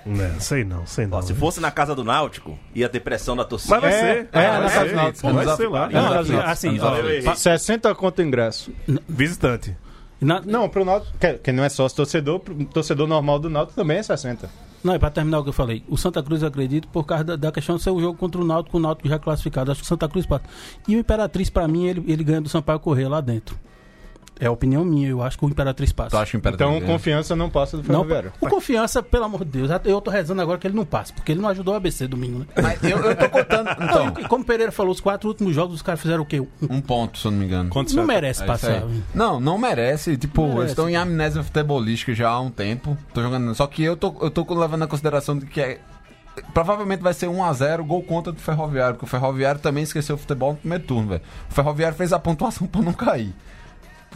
Speaker 4: Não, sei não, sei não.
Speaker 7: Ó, se fosse na casa do Náutico, ia ter pressão da torcida.
Speaker 4: Mas vai ser.
Speaker 10: é,
Speaker 4: vai
Speaker 10: na
Speaker 4: ser.
Speaker 10: Casa Náutica.
Speaker 4: Pô, Vai
Speaker 5: Nos
Speaker 4: ser
Speaker 5: af-
Speaker 4: lá.
Speaker 5: nos
Speaker 8: Não,
Speaker 5: aflitos.
Speaker 8: assim,
Speaker 5: Nos
Speaker 8: ó,
Speaker 5: aflitos.
Speaker 10: 60 conto ingresso.
Speaker 4: Visitante.
Speaker 8: Na-
Speaker 10: Não, pro Náutico, que- quem não é sócio torcedor, pro torcedor normal do Náutico também é 60.
Speaker 8: Não, é pra terminar o que eu falei. O Santa Cruz, eu acredito, por causa da, da questão de ser o jogo contra o Náutico, o Náutico já classificado. Acho que o Santa Cruz passa. E o Imperatriz, pra mim, ele, ele ganha do Sampaio Correr lá dentro. É a opinião minha, eu acho que o Imperatriz
Speaker 5: Tu
Speaker 8: passa.
Speaker 5: acha que o Imperatriz
Speaker 10: Então,
Speaker 5: ganha?
Speaker 10: confiança não passa do
Speaker 8: Não,
Speaker 10: Ferroviário.
Speaker 8: o Confiança, pelo amor de Deus, eu tô rezando agora que ele não passa, porque ele não ajudou o ABC domingo, né?
Speaker 5: Mas eu, eu tô contando.
Speaker 8: Não,
Speaker 5: Então,
Speaker 8: e como o Pereira falou, os quatro últimos jogos os caras fizeram o quê? Um-
Speaker 5: um ponto, se eu não me engano.
Speaker 4: Quantos
Speaker 8: não
Speaker 4: será?
Speaker 8: merece
Speaker 5: É isso aí.
Speaker 8: passar. velho.
Speaker 5: Não, não merece. Tipo,
Speaker 8: Merece.
Speaker 5: eles estão em amnésia futebolística já há um tempo. Tô jogando. Só que eu tô, eu tô levando na consideração de que é. Provavelmente vai ser 1x0 gol contra do Ferroviário, porque o Ferroviário também esqueceu o futebol no primeiro turno, velho. O Ferroviário fez a pontuação pra não cair.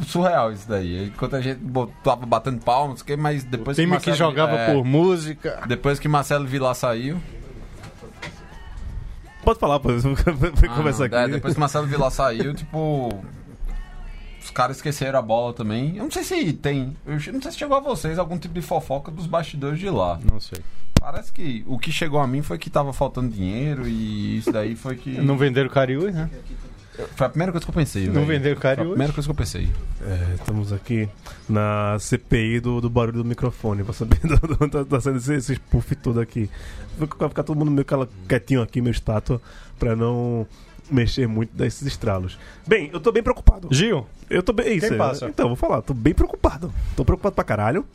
Speaker 5: Surreal isso daí. Enquanto a gente bot- tava batendo palmas, não sei o quê, mas depois
Speaker 10: Time que
Speaker 5: Marcelo-
Speaker 10: jogava
Speaker 5: é,
Speaker 10: por música.
Speaker 5: Depois que Marcelo Vilar saiu.
Speaker 4: Pode falar, pô. Vem conversar
Speaker 5: Ah, não. É,
Speaker 4: aqui.
Speaker 5: depois que o Marcelo Vila saiu, tipo. Os caras esqueceram a bola também. Eu não sei se tem. Eu che- não sei se chegou a vocês algum tipo de fofoca dos bastidores de lá.
Speaker 10: Não sei.
Speaker 5: Parece que o que chegou a mim foi que tava faltando dinheiro e isso daí foi que.
Speaker 10: Não venderam o Cariús, né?
Speaker 5: Foi a primeira coisa que eu pensei.
Speaker 10: Não
Speaker 5: velho.
Speaker 10: venderam o
Speaker 5: Foi a
Speaker 10: Cariús.
Speaker 5: primeira coisa que eu pensei.
Speaker 4: É, estamos aqui na CPI do, do barulho do microfone, pra saber de onde tá, tá saindo esse- esses puff todo aqui. Vai ficar- ficar todo mundo meio cala- quietinho aqui, meu estátua, pra não mexer muito desses estralos. Bem, eu tô bem preocupado.
Speaker 10: Gil,
Speaker 4: Eu tô bem. é Isso, é.
Speaker 10: passa?
Speaker 4: Então, vou falar, tô bem preocupado. Tô preocupado pra caralho.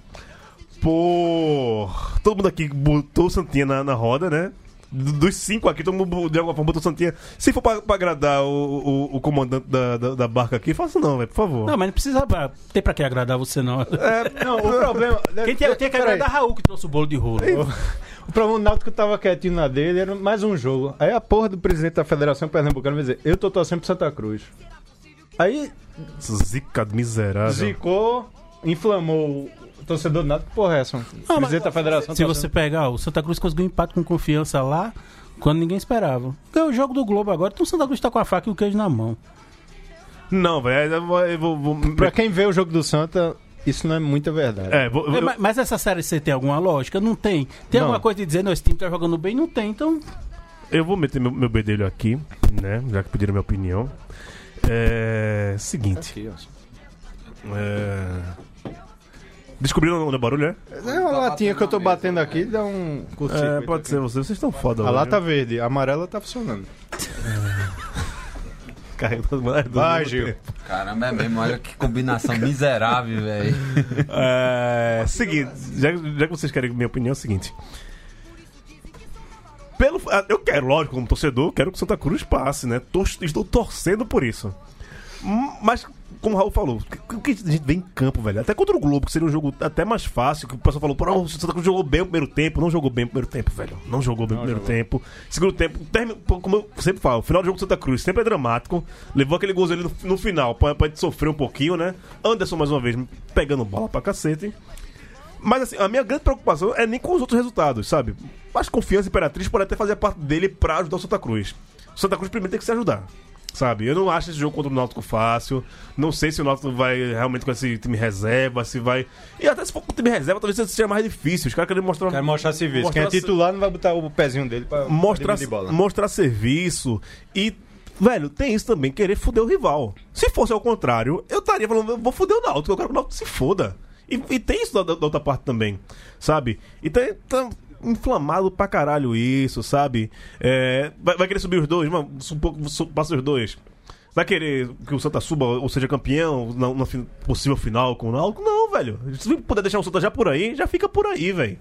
Speaker 4: Por. Todo mundo aqui botou o Santinha na, na roda, né? D- Dos cinco aqui, todo mundo bo- de alguma forma botou o Santinha. Se for pra, pra agradar o, o, o comandante da, da, da barca aqui, faça não, velho, por favor.
Speaker 8: Não, mas não precisa pra- ter pra que agradar você, não.
Speaker 5: É,
Speaker 10: não, o problema.
Speaker 8: Quem tem, tem que
Speaker 10: Peraí.
Speaker 8: agradar Raul que trouxe o bolo de rolo.
Speaker 5: Então,
Speaker 10: O problema do Náutico tava quietinho na dele, era mais um jogo. Aí a porra do presidente da Federação Pernambucana vai dizer: Eu tô torcendo pro Santa Cruz. Aí
Speaker 4: Zica miserável.
Speaker 10: zicou, inflamou o torcedor do Náutico. que Porra, é essa?
Speaker 8: Ah, mas-
Speaker 10: presidente da Federação
Speaker 8: Se
Speaker 10: tá
Speaker 8: você pegar, o Santa Cruz conseguiu um empate com confiança lá, quando ninguém esperava. Ganhou o jogo do Globo agora, então o Santa Cruz tá com a faca e o queijo na mão.
Speaker 4: Não, velho, é, eu vou. Eu vou, vou
Speaker 10: dando- Pra quem vê o jogo do Santa, isso não é muita verdade.
Speaker 4: É, vou,
Speaker 8: É,
Speaker 4: eu-
Speaker 8: ma- mas essa série C tem alguma lógica? Não tem. Tem
Speaker 10: Não.
Speaker 8: alguma coisa de dizer, não, esse time tá jogando bem? Não tem, então.
Speaker 4: Eu vou meter meu, meu bedelho aqui, né? Já que pediram minha opinião. É. Seguinte. É. Descobriram onde é barulho, né?
Speaker 10: É uma latinha que eu tô batendo aqui, dá um curto-circuito
Speaker 4: É, pode
Speaker 10: aqui.
Speaker 4: ser vocês. Vocês estão foda,
Speaker 10: A
Speaker 4: hoje,
Speaker 10: lata
Speaker 4: viu?
Speaker 10: verde, a amarela tá funcionando.
Speaker 4: Carregou todo mundo.
Speaker 10: Vai, Gil.
Speaker 5: Caramba, é mesmo. Olha que combinação miserável, velho.
Speaker 4: É. Seguinte, já, já que vocês querem minha opinião, é o seguinte. Pelo, ah, eu quero, lógico, como torcedor, eu quero que o Santa Cruz passe, né? Tô- estou torcendo por isso. Hum, Mas, como o Raul falou, o que a gente vê em campo, velho? Até contra o Globo, que seria um jogo até mais fácil, que o pessoal falou, pô, não, o Santa Cruz jogou bem o primeiro tempo, não jogou bem o primeiro tempo, velho. Não jogou bem o primeiro tempo. Segundo tempo, termi- pô, como eu sempre falo, o final do jogo do Santa Cruz sempre é dramático. Levou aquele golzinho ali no, no final pra, pra gente sofrer um pouquinho, né? Anderson, mais uma vez, pegando bola pra cacete. Mas assim, a minha grande preocupação é nem com os outros resultados, sabe? Mas confiança Imperatriz pode até fazer a parte dele pra ajudar o Santa Cruz. O Santa Cruz primeiro tem que se ajudar. Sabe? Eu não acho esse jogo contra o Náutico fácil. Não sei se o Náutico vai realmente com esse time reserva, se vai. E até se for com o time reserva, talvez seja mais difícil. Os caras querem mostrar.
Speaker 10: Quer mostrar serviço. Quem é
Speaker 4: Mostrar se-
Speaker 10: titular não vai botar o pezinho dele pra
Speaker 4: mostrar,
Speaker 10: de bola.
Speaker 4: mostrar serviço e. Velho, tem isso também, querer foder o rival. Se fosse ao contrário, eu estaria falando, eu vou foder o Náutico, eu quero que o Náutico se foda. E, e tem isso da, da- da outra parte também, sabe? E tá, tá inflamado pra caralho isso, sabe? É, vai, vai querer subir os dois, mano, um pouco, su- passa os dois. Vai querer que o Santa suba ou seja campeão na, na fin- possível final com o Náutico? Não, velho. Se puder deixar o Santa já por aí, já fica por aí, velho.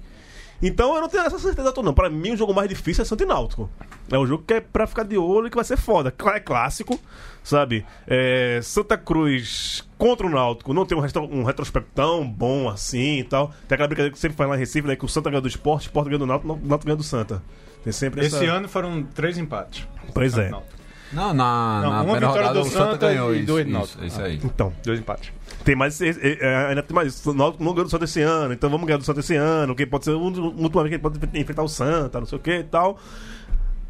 Speaker 4: Então eu não tenho essa certeza toda, não. Pra mim, o jogo mais difícil é Santa e Náutico. É um jogo que é pra ficar de olho e que vai ser foda. Clá- É clássico, sabe? É, Santa Cruz contra o Náutico não tem um, retro, um retrospecto tão bom assim e tal. Tem aquela brincadeira que sempre faz lá em Recife, né? Que o Santa ganha do esporte, o esporte ganha do Náutico, o Náutico ganha do Santa. Tem sempre essa...
Speaker 10: Esse ano foram três empates.
Speaker 4: Pois é.
Speaker 5: Não, na,
Speaker 10: Não,
Speaker 5: na
Speaker 10: uma
Speaker 5: primeira
Speaker 10: vitória
Speaker 5: rodada
Speaker 10: do
Speaker 5: o Santa
Speaker 10: Santa
Speaker 5: ganhou
Speaker 10: e
Speaker 5: isso.
Speaker 10: dois
Speaker 5: isso,
Speaker 10: Náutico.
Speaker 5: isso aí.
Speaker 4: Então,
Speaker 10: Dois empates.
Speaker 4: Tem mais. é, é, Ainda tem mais. isso. O Náutico não ganhou do Santa esse ano, então vamos ganhar do Santa esse ano. Que pode ser um dos últimos que pode enfrentar o Santa, não sei o que e tal.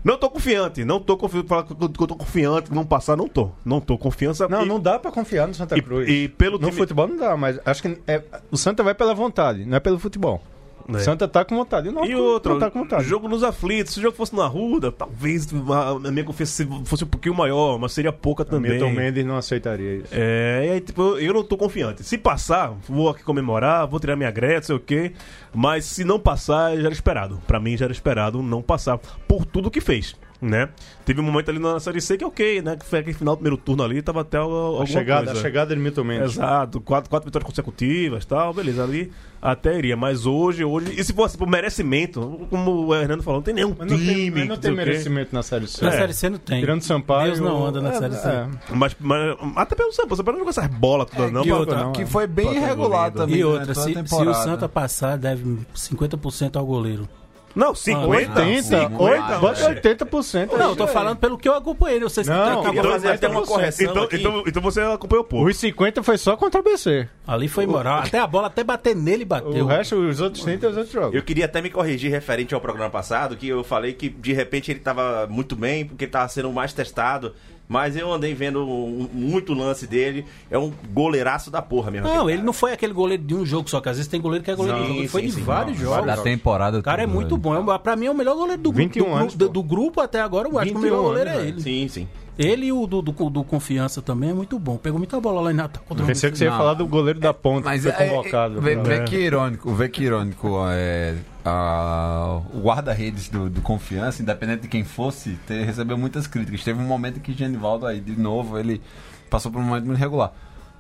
Speaker 4: Não tô confiante, não tô confiante. Falar que eu tô que eu tô confiante, que não passar, não tô. Não tô. Confiança.
Speaker 10: Não,
Speaker 4: e,
Speaker 10: não dá pra confiar no Santa
Speaker 4: E-
Speaker 10: Cruz.
Speaker 4: e pelo
Speaker 10: no
Speaker 4: time-
Speaker 10: futebol não dá, mas acho que é- o Santa vai pela vontade, não é pelo futebol.
Speaker 4: É.
Speaker 10: O Santa tá com vontade. o
Speaker 4: E
Speaker 10: Náutico
Speaker 4: outro,
Speaker 10: não tá com vontade.
Speaker 4: jogo nos aflitos. Se o jogo fosse na Ruda, talvez a a minha confiança fosse um pouquinho maior, mas seria pouca também.
Speaker 10: Milton Mendes não aceitaria isso.
Speaker 4: É, e aí, tipo, eu- eu não tô confiante. Se passar, vou aqui comemorar, vou tirar minha greve, sei o quê. Mas se não passar, já era esperado. Pra mim, já era esperado não passar por tudo que fez, né? Teve um momento ali na Série C que, ok, né? Que foi aquele final do primeiro turno ali, tava até al- alguma
Speaker 10: A chegada, a
Speaker 4: coisa.
Speaker 10: chegada de Milton Mendes.
Speaker 4: Exato, quatro, quatro vitórias consecutivas tal, beleza, ali até iria. Mas hoje, hoje, e se fosse por merecimento, como o Hernando falou, não tem nenhum
Speaker 10: Mas não
Speaker 4: time.
Speaker 10: tem, mas não
Speaker 4: que
Speaker 10: tem
Speaker 4: sei o quê.
Speaker 10: merecimento na Série C.
Speaker 8: Na
Speaker 4: É.
Speaker 8: Série C não tem.
Speaker 10: Tirando Sampaio.
Speaker 8: Deus não anda na
Speaker 10: é,
Speaker 8: Série C.
Speaker 10: é.
Speaker 4: Mas, mas até pelo Sampaio, o Sampaio não jogou essas bolas todas, não,
Speaker 5: E
Speaker 4: mas-
Speaker 5: outra,
Speaker 10: não,
Speaker 5: que
Speaker 10: é.
Speaker 5: foi bem
Speaker 4: Pra ter
Speaker 5: irregular
Speaker 4: goleiro.
Speaker 5: também.
Speaker 8: E
Speaker 5: durante
Speaker 8: outra,
Speaker 5: toda a
Speaker 8: se, se o
Speaker 5: temporada.
Speaker 8: Santa passar, deve 50% ao goleiro.
Speaker 10: Ah,
Speaker 4: Não, 50.
Speaker 10: 80,
Speaker 5: Sim,
Speaker 10: 80,
Speaker 5: é.
Speaker 10: bota 80%.
Speaker 8: Não,
Speaker 10: aí,
Speaker 8: eu tô
Speaker 10: velho.
Speaker 8: falando pelo que eu acompanhei. Não sei se
Speaker 10: é.
Speaker 8: tá
Speaker 10: Não,
Speaker 8: acabou
Speaker 4: Então,
Speaker 7: Queria fazer
Speaker 4: mas
Speaker 7: até uma
Speaker 4: então-
Speaker 7: correção
Speaker 4: então,
Speaker 7: aqui.
Speaker 4: então, então você acompanhou pouco.
Speaker 10: Os 50 foi só contra o BC.
Speaker 8: Ali foi moral. Até a bola, até bater nele,
Speaker 10: O
Speaker 8: bateu.
Speaker 10: resto, os outros 30 é os outros jogos.
Speaker 7: Eu queria até me corrigir referente ao programa passado, que eu falei que de repente ele estava muito bem, porque ele estava sendo o mais testado. Mas eu andei vendo um- muito lance dele. É um goleiraço da porra mesmo.
Speaker 8: Não,
Speaker 7: aquele
Speaker 8: ele não foi aquele goleiro de um jogo só, que às vezes tem goleiro que é goleiro de um jogo. Ele foi
Speaker 7: sim,
Speaker 8: de
Speaker 7: sim,
Speaker 8: vários
Speaker 7: não,
Speaker 8: jogos.
Speaker 7: vários
Speaker 5: Da temporada.
Speaker 8: O cara é muito bom. É um- Pra mim é o melhor goleiro do, gru-
Speaker 10: 21
Speaker 8: do,
Speaker 10: anos,
Speaker 8: do,
Speaker 10: pô.
Speaker 8: do grupo até agora. Eu acho que o
Speaker 10: 21
Speaker 8: melhor goleiro
Speaker 4: né?
Speaker 10: anos,
Speaker 8: é
Speaker 10: velho.
Speaker 7: Sim,
Speaker 8: ele.
Speaker 7: sim.
Speaker 8: Ele e o do, do, do Confiança também é muito bom. Pegou muita bola lá em Natal. contra o
Speaker 10: Pensei que você ia
Speaker 5: Não.
Speaker 10: falar do goleiro da ponta
Speaker 5: Mas
Speaker 10: que
Speaker 5: é,
Speaker 10: foi convocado. né?
Speaker 5: é, vê,
Speaker 10: Não.
Speaker 5: vê que irônico, vê que irônico é, a- o guarda-redes do, do Confiança, independente de quem fosse, te- recebeu muitas críticas. Teve um momento que Genivaldo aí, de novo, ele passou por um momento muito regular.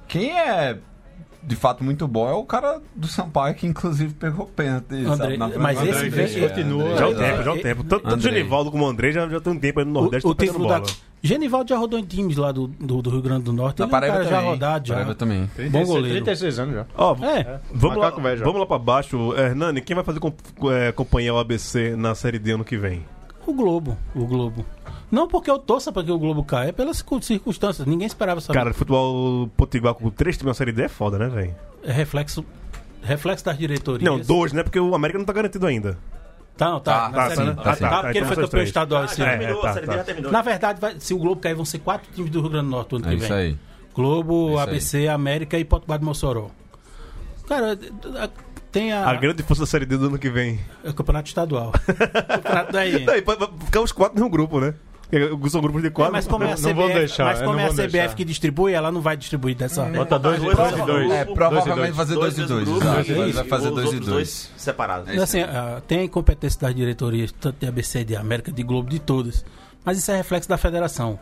Speaker 5: Quem é de fato muito bom é o cara do Sampaio, que inclusive pegou pênalti. sabe,
Speaker 8: André,
Speaker 5: na frente
Speaker 8: mas
Speaker 5: do
Speaker 8: esse
Speaker 5: André,
Speaker 8: vem-
Speaker 5: André,
Speaker 10: continua.
Speaker 5: André,
Speaker 4: Já é o
Speaker 8: André.
Speaker 4: tempo, já é o tempo. Tanto, tanto o
Speaker 5: André.
Speaker 4: Genivaldo como o André já, já tem um tempo aí no
Speaker 8: O,
Speaker 4: Nordeste.
Speaker 8: o
Speaker 4: tá pegando
Speaker 8: título da...
Speaker 4: bola.
Speaker 8: Genivaldo já rodou em times lá do, do, do Rio Grande do Norte.
Speaker 5: Na
Speaker 8: Ele é um
Speaker 5: Paraíba
Speaker 8: cara já
Speaker 5: também.
Speaker 8: rodado, já.
Speaker 5: Paraíba também.
Speaker 8: Bom
Speaker 10: 36,
Speaker 8: goleiro.
Speaker 10: 36 anos já.
Speaker 4: Ó,
Speaker 8: É.
Speaker 4: vamos, lá,
Speaker 10: Macaco velho já.
Speaker 4: vamos lá pra baixo. Hernani, quem vai fazer comp é, companhia ao ABC na Série D ano que vem?
Speaker 8: O Globo, o Globo. Não porque eu torça para que o Globo caia, é pelas circun- circunstâncias. Ninguém esperava essa.
Speaker 4: Cara, futebol potiguar com três times na Série D é foda, né, velho?
Speaker 8: É reflexo, reflexo das diretorias.
Speaker 4: Não, dois, né? Porque o América não tá garantido ainda.
Speaker 8: Tá, não, tá.
Speaker 5: Tá,
Speaker 8: na
Speaker 5: tá,
Speaker 8: série.
Speaker 5: sim,
Speaker 8: tá,
Speaker 5: tá, sim.
Speaker 8: porque ele
Speaker 4: Tá,
Speaker 8: foi
Speaker 4: então
Speaker 8: campeão
Speaker 4: são os
Speaker 8: estadual
Speaker 7: Ah,
Speaker 8: esse
Speaker 7: já
Speaker 8: ano.
Speaker 4: é,
Speaker 7: terminou,
Speaker 4: tá,
Speaker 7: a série D
Speaker 4: tá.
Speaker 7: já terminou.
Speaker 8: Na verdade, vai- se o Globo cair, vão ser quatro times do Rio Grande do Norte ano
Speaker 5: É
Speaker 8: que
Speaker 5: isso
Speaker 8: vem.
Speaker 5: aí.
Speaker 10: É
Speaker 8: Globo,
Speaker 5: isso aí.
Speaker 8: ABC, América e Potiguar de Mossoró. Cara, a- tem a,
Speaker 4: A grande força da Série D do ano que vem.
Speaker 8: é o Campeonato Estadual. campeonato da IN.
Speaker 4: Não, e pode- pode ficar os quatro no grupo, né? Porque São grupos de
Speaker 8: É,
Speaker 4: quatro. né?
Speaker 8: mas como é
Speaker 10: Não-
Speaker 8: a
Speaker 10: não vou
Speaker 8: CBF,
Speaker 10: deixar,
Speaker 8: mas
Speaker 10: eu
Speaker 8: como
Speaker 10: não
Speaker 8: é a
Speaker 10: vou
Speaker 8: CBF
Speaker 10: deixar.
Speaker 8: que distribui, ela não vai distribuir dessa vez.
Speaker 10: Bota dois,
Speaker 7: dois,
Speaker 10: dois e
Speaker 7: dois.
Speaker 10: dois.
Speaker 5: É, provavelmente
Speaker 10: dois.
Speaker 5: fazer dois, e dois.
Speaker 7: grupos,
Speaker 5: exato.
Speaker 7: dois e dois,
Speaker 5: Vai fazer
Speaker 7: os
Speaker 5: dois e
Speaker 7: outros
Speaker 5: dois.
Speaker 7: separados.
Speaker 5: É isso
Speaker 8: Assim,
Speaker 5: aí.
Speaker 8: ah, tem competência das diretorias, tanto de ABC, de América, de Globo, de todas. Mas isso é reflexo da federação.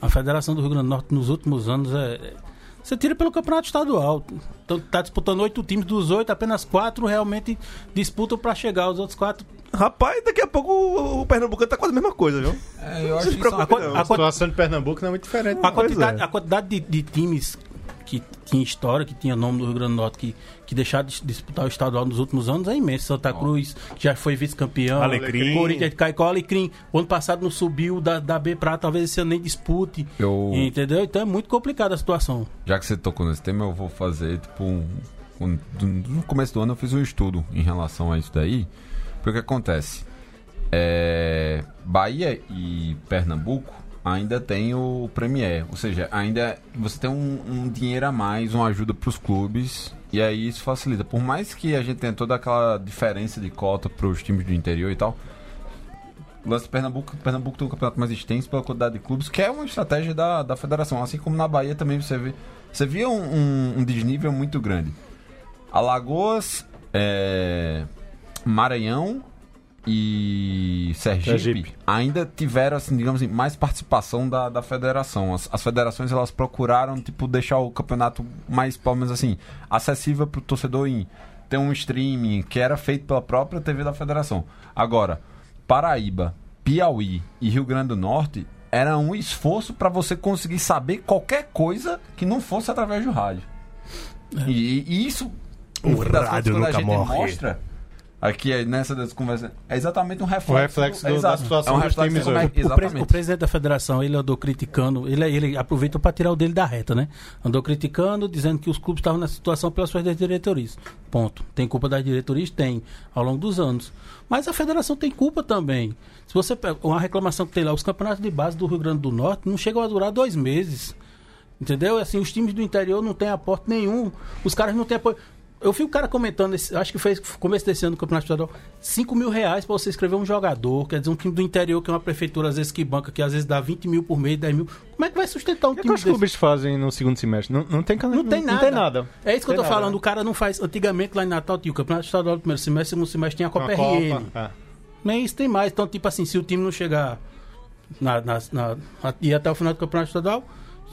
Speaker 8: A federação do Rio Grande do Norte nos últimos anos é. é- Você tira pelo campeonato estadual. Então, tá disputando oito times, dos oito, apenas quatro realmente disputam para chegar. Os outros quatro.
Speaker 4: Rapaz, daqui a pouco o, o Pernambucano tá quase a mesma coisa, viu?
Speaker 5: É, eu acho que isso é uma
Speaker 8: A, quan-
Speaker 4: não,
Speaker 8: a
Speaker 10: A
Speaker 8: quan-
Speaker 10: situação de Pernambuco não é muito diferente.
Speaker 8: a
Speaker 10: não.
Speaker 8: quantidade, a quantidade de, de times que tinha história, que tinha nome do Rio Grande do Norte, que, que deixaram de disputar o estadual nos últimos anos é imenso. Santa Cruz, que já foi vice-campeão.
Speaker 4: Alecrim.
Speaker 8: Corinthians de Caicó, Alecrim. O ano passado não subiu da, da B pra A, talvez esse ano nem dispute.
Speaker 5: Eu-
Speaker 8: Entendeu? Então é muito complicada a situação.
Speaker 5: Já que você tocou nesse tema, eu vou fazer, tipo, um, um- do- no começo do ano eu fiz um estudo em relação a isso daí. Porque o que acontece? É, Bahia e Pernambuco ainda tem o Premier, ou seja, ainda você tem um, um dinheiro a mais, uma ajuda para os clubes, e aí isso facilita. Por mais que a gente tenha toda aquela diferença de cota para os times do interior e tal, o lance do Pernambuco, Pernambuco tem um campeonato mais extenso pela quantidade de clubes, que é uma estratégia da, da federação. Assim como na Bahia também você vê. Você via um, um- um desnível muito grande. Alagoas, é, Maranhão e Sergipe,
Speaker 10: Sergipe.
Speaker 5: ainda tiveram, assim, digamos assim, mais participação da, da federação. As, as federações elas procuraram tipo, deixar o campeonato mais, pelo menos assim, acessível para o torcedor em ter um streaming que era feito pela própria TV da federação. Agora, Paraíba, Piauí e Rio Grande do Norte era um esforço para você conseguir saber qualquer coisa que não fosse através do rádio. E, e isso,
Speaker 4: O
Speaker 5: no fim das
Speaker 4: rádio
Speaker 5: quando
Speaker 4: nunca morre.
Speaker 5: mostra, Aqui é nessa das conversas. É exatamente um reflexo.
Speaker 10: O reflexo do- da
Speaker 5: exato.
Speaker 10: situação
Speaker 5: é um
Speaker 10: dos
Speaker 5: reflexo de
Speaker 10: times
Speaker 5: como é-
Speaker 10: hoje.
Speaker 8: O, pres- o
Speaker 5: Exatamente.
Speaker 8: presidente da federação, ele andou criticando, ele, é, ele aproveitou para tirar o dele da reta, né? Andou criticando, dizendo que os clubes estavam na situação pelas suas diretorias. Ponto. Tem culpa das diretorias? Tem, ao longo dos anos. Mas a federação tem culpa também. Se você pega uma reclamação que tem lá, os campeonatos de base do Rio Grande do Norte não chegam a durar dois meses. Entendeu? Assim, os times do interior não têm aporte nenhum. Os caras não têm apoio. Eu vi o cara comentando, esse- acho que fez começo desse ano no Campeonato Estadual, 5 mil reais pra você escrever um jogador. Quer dizer, um time do interior, que é uma prefeitura, às vezes, que banca, que às vezes dá 20 mil por mês, 10 mil. Como é que vai sustentar um
Speaker 10: O que,
Speaker 8: time
Speaker 10: os
Speaker 8: desse?
Speaker 10: clubes fazem no segundo semestre? Não, não tem
Speaker 8: Não tem nada.
Speaker 10: Não tem nada.
Speaker 8: É isso que eu tô
Speaker 10: Tem nada,
Speaker 8: falando.
Speaker 10: né?
Speaker 8: O cara não faz. Antigamente, lá em Natal, tinha o Campeonato Estadual do primeiro semestre, segundo semestre tinha a Copa RN.
Speaker 10: Copa, é.
Speaker 8: Nem isso tem mais. Então, tipo assim, se o time não chegar na, na, na- a- e até o final do campeonato estadual,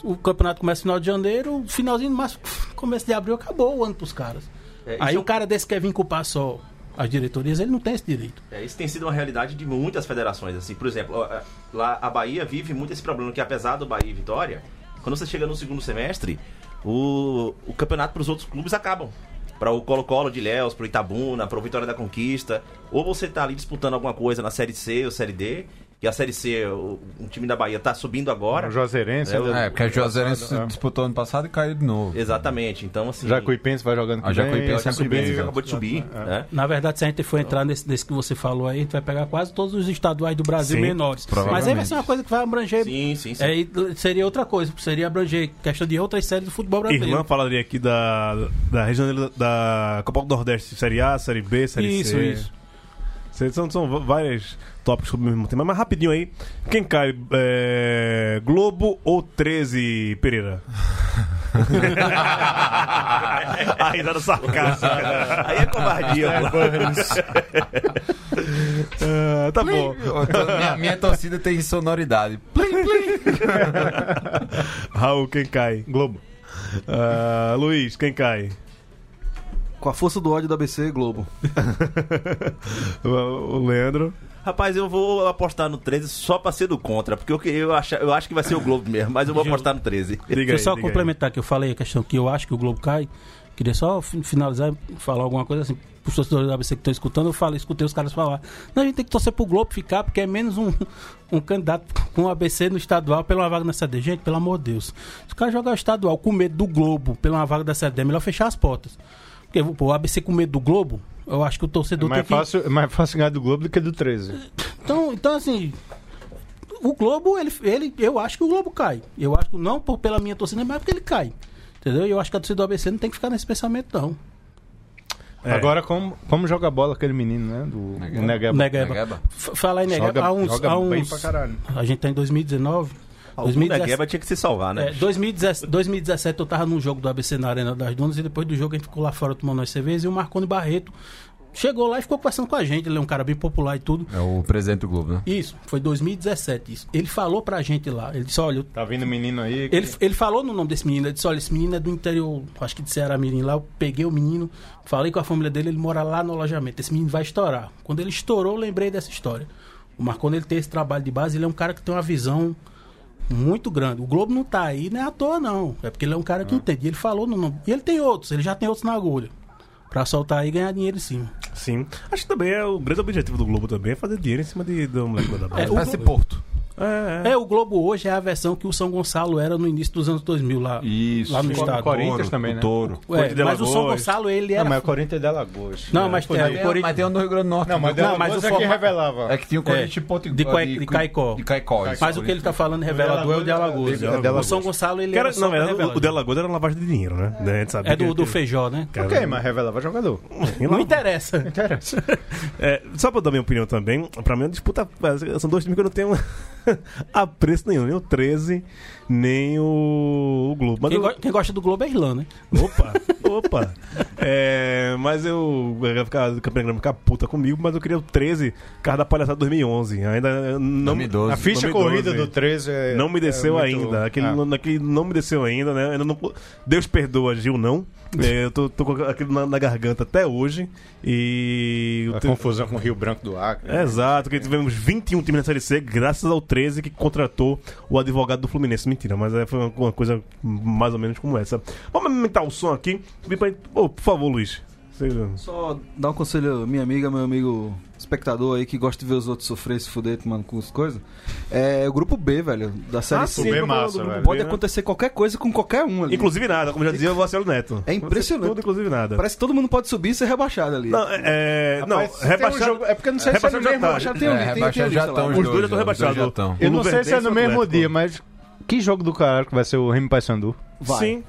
Speaker 8: o campeonato começa no final de janeiro, finalzinho de março, começo de abril, acabou o ano pros caras.
Speaker 7: É, isso
Speaker 8: Aí
Speaker 7: é
Speaker 8: o
Speaker 7: um-
Speaker 8: cara desse quer vir culpar só as diretorias, ele não tem esse direito.
Speaker 7: É, isso tem sido uma realidade de muitas federações. Assim, por exemplo, ó, é, lá a Bahia vive muito esse problema que apesar do Bahia e Vitória, quando você chega no segundo semestre, o, o campeonato para os outros clubes acabam. Para o Colo-Colo de Léus, para o Itabuna, para o Vitória da Conquista. Ou você está ali disputando alguma coisa na Série C ou Série D, que a Série C, o, um time da Bahia está subindo agora.
Speaker 10: O Juazeirense.
Speaker 7: É,
Speaker 10: ainda-
Speaker 5: É, porque a Juazeirense
Speaker 10: É.
Speaker 5: disputou ano passado e caiu de novo.
Speaker 7: Exatamente. Então, assim...
Speaker 10: Jacuipense vai jogando com
Speaker 5: A
Speaker 8: Ah, é
Speaker 5: Jacuipense sempre
Speaker 7: Jacuipense
Speaker 5: bem,
Speaker 7: acabou de subir, né?
Speaker 8: Na verdade, se a gente for entrar nesse, nesse que você falou aí, a gente vai pegar quase todos os estaduais do Brasil
Speaker 4: Sim,
Speaker 8: menores. Mas aí vai
Speaker 5: provavelmente.
Speaker 8: ser uma coisa que vai abranger.
Speaker 7: Sim, sim, sim.
Speaker 8: Aí seria outra coisa, seria abranger questão de outras séries do futebol
Speaker 7: Tá
Speaker 8: brasileiro.
Speaker 4: Irlan falaria aqui da, da região da Copa do Nordeste, Série A, Série B, Série
Speaker 8: Isso,
Speaker 4: C.
Speaker 8: isso.
Speaker 4: Cê- São, são va- várias tópicos sobre o mesmo tema. Mas rapidinho aí, quem cai? é, Globo ou 13, Pereira? A risada sarcástica.
Speaker 7: Aí é covardia.
Speaker 4: Ah, tá bom.
Speaker 5: Então, minha, minha torcida tem sonoridade.
Speaker 4: Raul, quem cai? Globo. Ah, Luiz, quem cai?
Speaker 6: Com a força do ódio da ABC Globo.
Speaker 4: O- O Leandro.
Speaker 7: Rapaz, eu vou apostar no 13 só pra ser do contra, porque eu, que- eu, acho, eu acho que vai ser o Globo mesmo, mas eu vou apostar no 13.
Speaker 4: Diga
Speaker 8: Deixa eu
Speaker 4: aí,
Speaker 8: só
Speaker 4: diga aí.
Speaker 8: complementar que eu falei a questão que eu acho que o Globo cai. Queria só fi- finalizar e falar alguma coisa assim. Para os torcedores da ABC que estão escutando, eu falei, escutei os caras falar. Não, a gente tem que torcer pro Globo ficar, porque é menos um, um candidato com o ABC no estadual pela uma vaga na CD. Gente, pelo amor de Deus. Se o cara jogar o estadual com medo do Globo pela uma vaga da CD, é melhor fechar as portas. Porque pô, o ABC com medo do Globo, eu acho que o
Speaker 4: É
Speaker 8: torcedor tem
Speaker 10: Mais
Speaker 8: que.
Speaker 10: fácil, mais fácil ganhar do Globo do que do 13.
Speaker 8: Então, então assim, o Globo, ele, ele, eu acho que o Globo cai. Eu acho que não por, pela minha torcida, mas é porque ele cai. Entendeu? E eu acho que a torcida do ABC não tem que ficar nesse pensamento, não.
Speaker 4: É.
Speaker 10: Agora, como, como joga bola aquele menino, né? Do
Speaker 5: Negeba.
Speaker 10: o Negeba.
Speaker 8: Negeba.
Speaker 5: Negeba.
Speaker 8: F- Falar em Negeba,
Speaker 10: Joga,
Speaker 8: há uns.
Speaker 10: joga
Speaker 8: há
Speaker 10: bem
Speaker 8: uns-
Speaker 10: pra caralho.
Speaker 8: a gente tá em 2019.
Speaker 7: O
Speaker 8: 2017
Speaker 7: Gueba tinha que se salvar, né?
Speaker 8: É, 2017, 2017 eu tava num jogo do ABC na Arena das Dunas e depois do jogo a gente ficou lá fora tomando umas cervejas e o Marconi Barreto chegou lá e ficou conversando com a gente. Ele é um cara bem popular e tudo.
Speaker 5: É o presidente do Globo, né?
Speaker 8: Isso, foi 2017 isso. Ele falou pra gente lá, ele disse, olha, eu
Speaker 10: Tá vindo o menino aí. que-
Speaker 8: Ele, ele falou no nome desse menino, ele disse, olha, esse menino é do interior, acho que de Ceará Mirim lá, eu peguei o menino, falei com a família dele, ele mora lá no alojamento, esse menino vai estourar. Quando ele estourou, eu lembrei dessa história. O Marconi, ele tem esse trabalho de base, ele é um cara que tem uma visão muito grande. O Globo não tá aí, não é à toa, não. É porque ele é um cara que entende. E ele falou no nome. E ele tem outros, ele já tem outros na agulha. Pra soltar aí e ganhar dinheiro em cima.
Speaker 4: Sim. Acho que também é o grande objetivo do Globo também é fazer dinheiro em cima de, do moleque da
Speaker 8: É,
Speaker 4: base.
Speaker 8: o,
Speaker 5: Parece
Speaker 8: Globo,
Speaker 5: Porto.
Speaker 4: É,
Speaker 8: é, o Globo hoje é a versão que o São Gonçalo era no início dos anos 2000 lá.
Speaker 5: Isso.
Speaker 8: Lá no estado.
Speaker 10: Corinthians também, né?
Speaker 5: Touro.
Speaker 8: Ué,
Speaker 4: Corte de
Speaker 8: mas o São
Speaker 4: Alagoas.
Speaker 8: Gonçalo, ele era
Speaker 10: Não, mas o Corinthians é de Alagoas.
Speaker 8: Não, mas
Speaker 10: foi
Speaker 8: tem-
Speaker 10: daí.
Speaker 8: o Corinthians-
Speaker 5: Mas tem o do Rio Grande do Norte.
Speaker 10: Não, mas,
Speaker 5: né?
Speaker 10: de
Speaker 8: Não, mas
Speaker 10: Alagoas
Speaker 8: o
Speaker 10: é que
Speaker 8: formato-
Speaker 10: revelava.
Speaker 5: É que tinha o
Speaker 8: É,
Speaker 5: Corinthians e Ponte
Speaker 8: de Cua- de Caicó.
Speaker 5: De Caicó. isso.
Speaker 8: Mas o que ele tá falando revelador é o de Alagoas.
Speaker 4: é o de
Speaker 8: O
Speaker 4: Alagoas.
Speaker 8: São Gonçalo, ele
Speaker 4: Que era-
Speaker 8: era só
Speaker 4: não, era,
Speaker 8: revelador.
Speaker 4: o, o de Alagoas era lavagem de dinheiro, né? A gente sabia
Speaker 8: É do,
Speaker 4: que-
Speaker 8: do Feijó, né?
Speaker 4: Cara,
Speaker 10: Ok, mas revelava jogador.
Speaker 8: Não interessa.
Speaker 10: Interessa.
Speaker 4: É, só pra dar minha opinião também, pra mim é uma disputa. São dois times que eu não tenho apreço nenhum, nem o 13, nem o, o Globo. Mas
Speaker 8: Quem,
Speaker 4: eu-
Speaker 8: go- quem gosta do Globo é Irlan, né?
Speaker 4: Opa, opa. É, mas eu. eu ia ficar- O campeão vai ficar puta comigo, mas eu queria o 13, cara da palhaçada de 2011. Ainda não.
Speaker 5: 2012.
Speaker 10: A ficha
Speaker 4: 2012.
Speaker 10: corrida do 13 é-
Speaker 4: Não me desceu
Speaker 10: é muito-
Speaker 4: ainda. Aquele,
Speaker 10: Ah.
Speaker 4: aquele não me desceu ainda, né? Ainda não- Deus perdoa, Gil, não. É, eu tô, tô com aquilo na, na garganta até hoje. E.
Speaker 10: A confusão com o Rio Branco do Acre.
Speaker 4: É, Exato, que tivemos 21 times na Série C, graças ao 13 que contratou o advogado do Fluminense. Mentira, mas é, foi uma, uma coisa mais ou menos como essa. Vamos aumentar o som aqui. Vem pra- Ô, por favor, Luiz. Sei lá.
Speaker 6: Só dar um conselho, minha amiga, meu amigo espectador aí que gosta de ver os outros sofrer, se fuder, tomando curso, coisa. É o grupo B, velho, da série
Speaker 4: Ah,
Speaker 6: C.
Speaker 4: sim,
Speaker 10: Bem
Speaker 4: do-
Speaker 10: massa,
Speaker 4: do grupo
Speaker 10: velho.
Speaker 6: Pode
Speaker 4: B, né?
Speaker 6: acontecer qualquer coisa com qualquer um ali.
Speaker 4: Inclusive nada, como já dizia o Marcelo Neto.
Speaker 6: É impressionante.
Speaker 4: Tudo, inclusive nada.
Speaker 6: Parece que todo mundo pode subir e ser rebaixado ali.
Speaker 4: Não, é. é, não,
Speaker 10: Rapaz, se tem um
Speaker 4: rebaixado.
Speaker 10: jogo- é porque eu não sei se é no
Speaker 4: rebaixado já
Speaker 10: mesmo-
Speaker 4: tá.
Speaker 6: já tem um
Speaker 5: É,
Speaker 6: tem, tem a
Speaker 5: rebaixado já
Speaker 6: lista lá.
Speaker 5: estão né?
Speaker 4: Os dois já estão
Speaker 5: rebaixados.
Speaker 4: rebaixados.
Speaker 10: Eu não sei
Speaker 4: Luverdense
Speaker 10: se é no
Speaker 4: e o
Speaker 10: mesmo
Speaker 4: Atlético.
Speaker 10: dia, mas que jogo do caralho que vai ser o Remy Paysandu?
Speaker 6: Vai,
Speaker 4: Sim.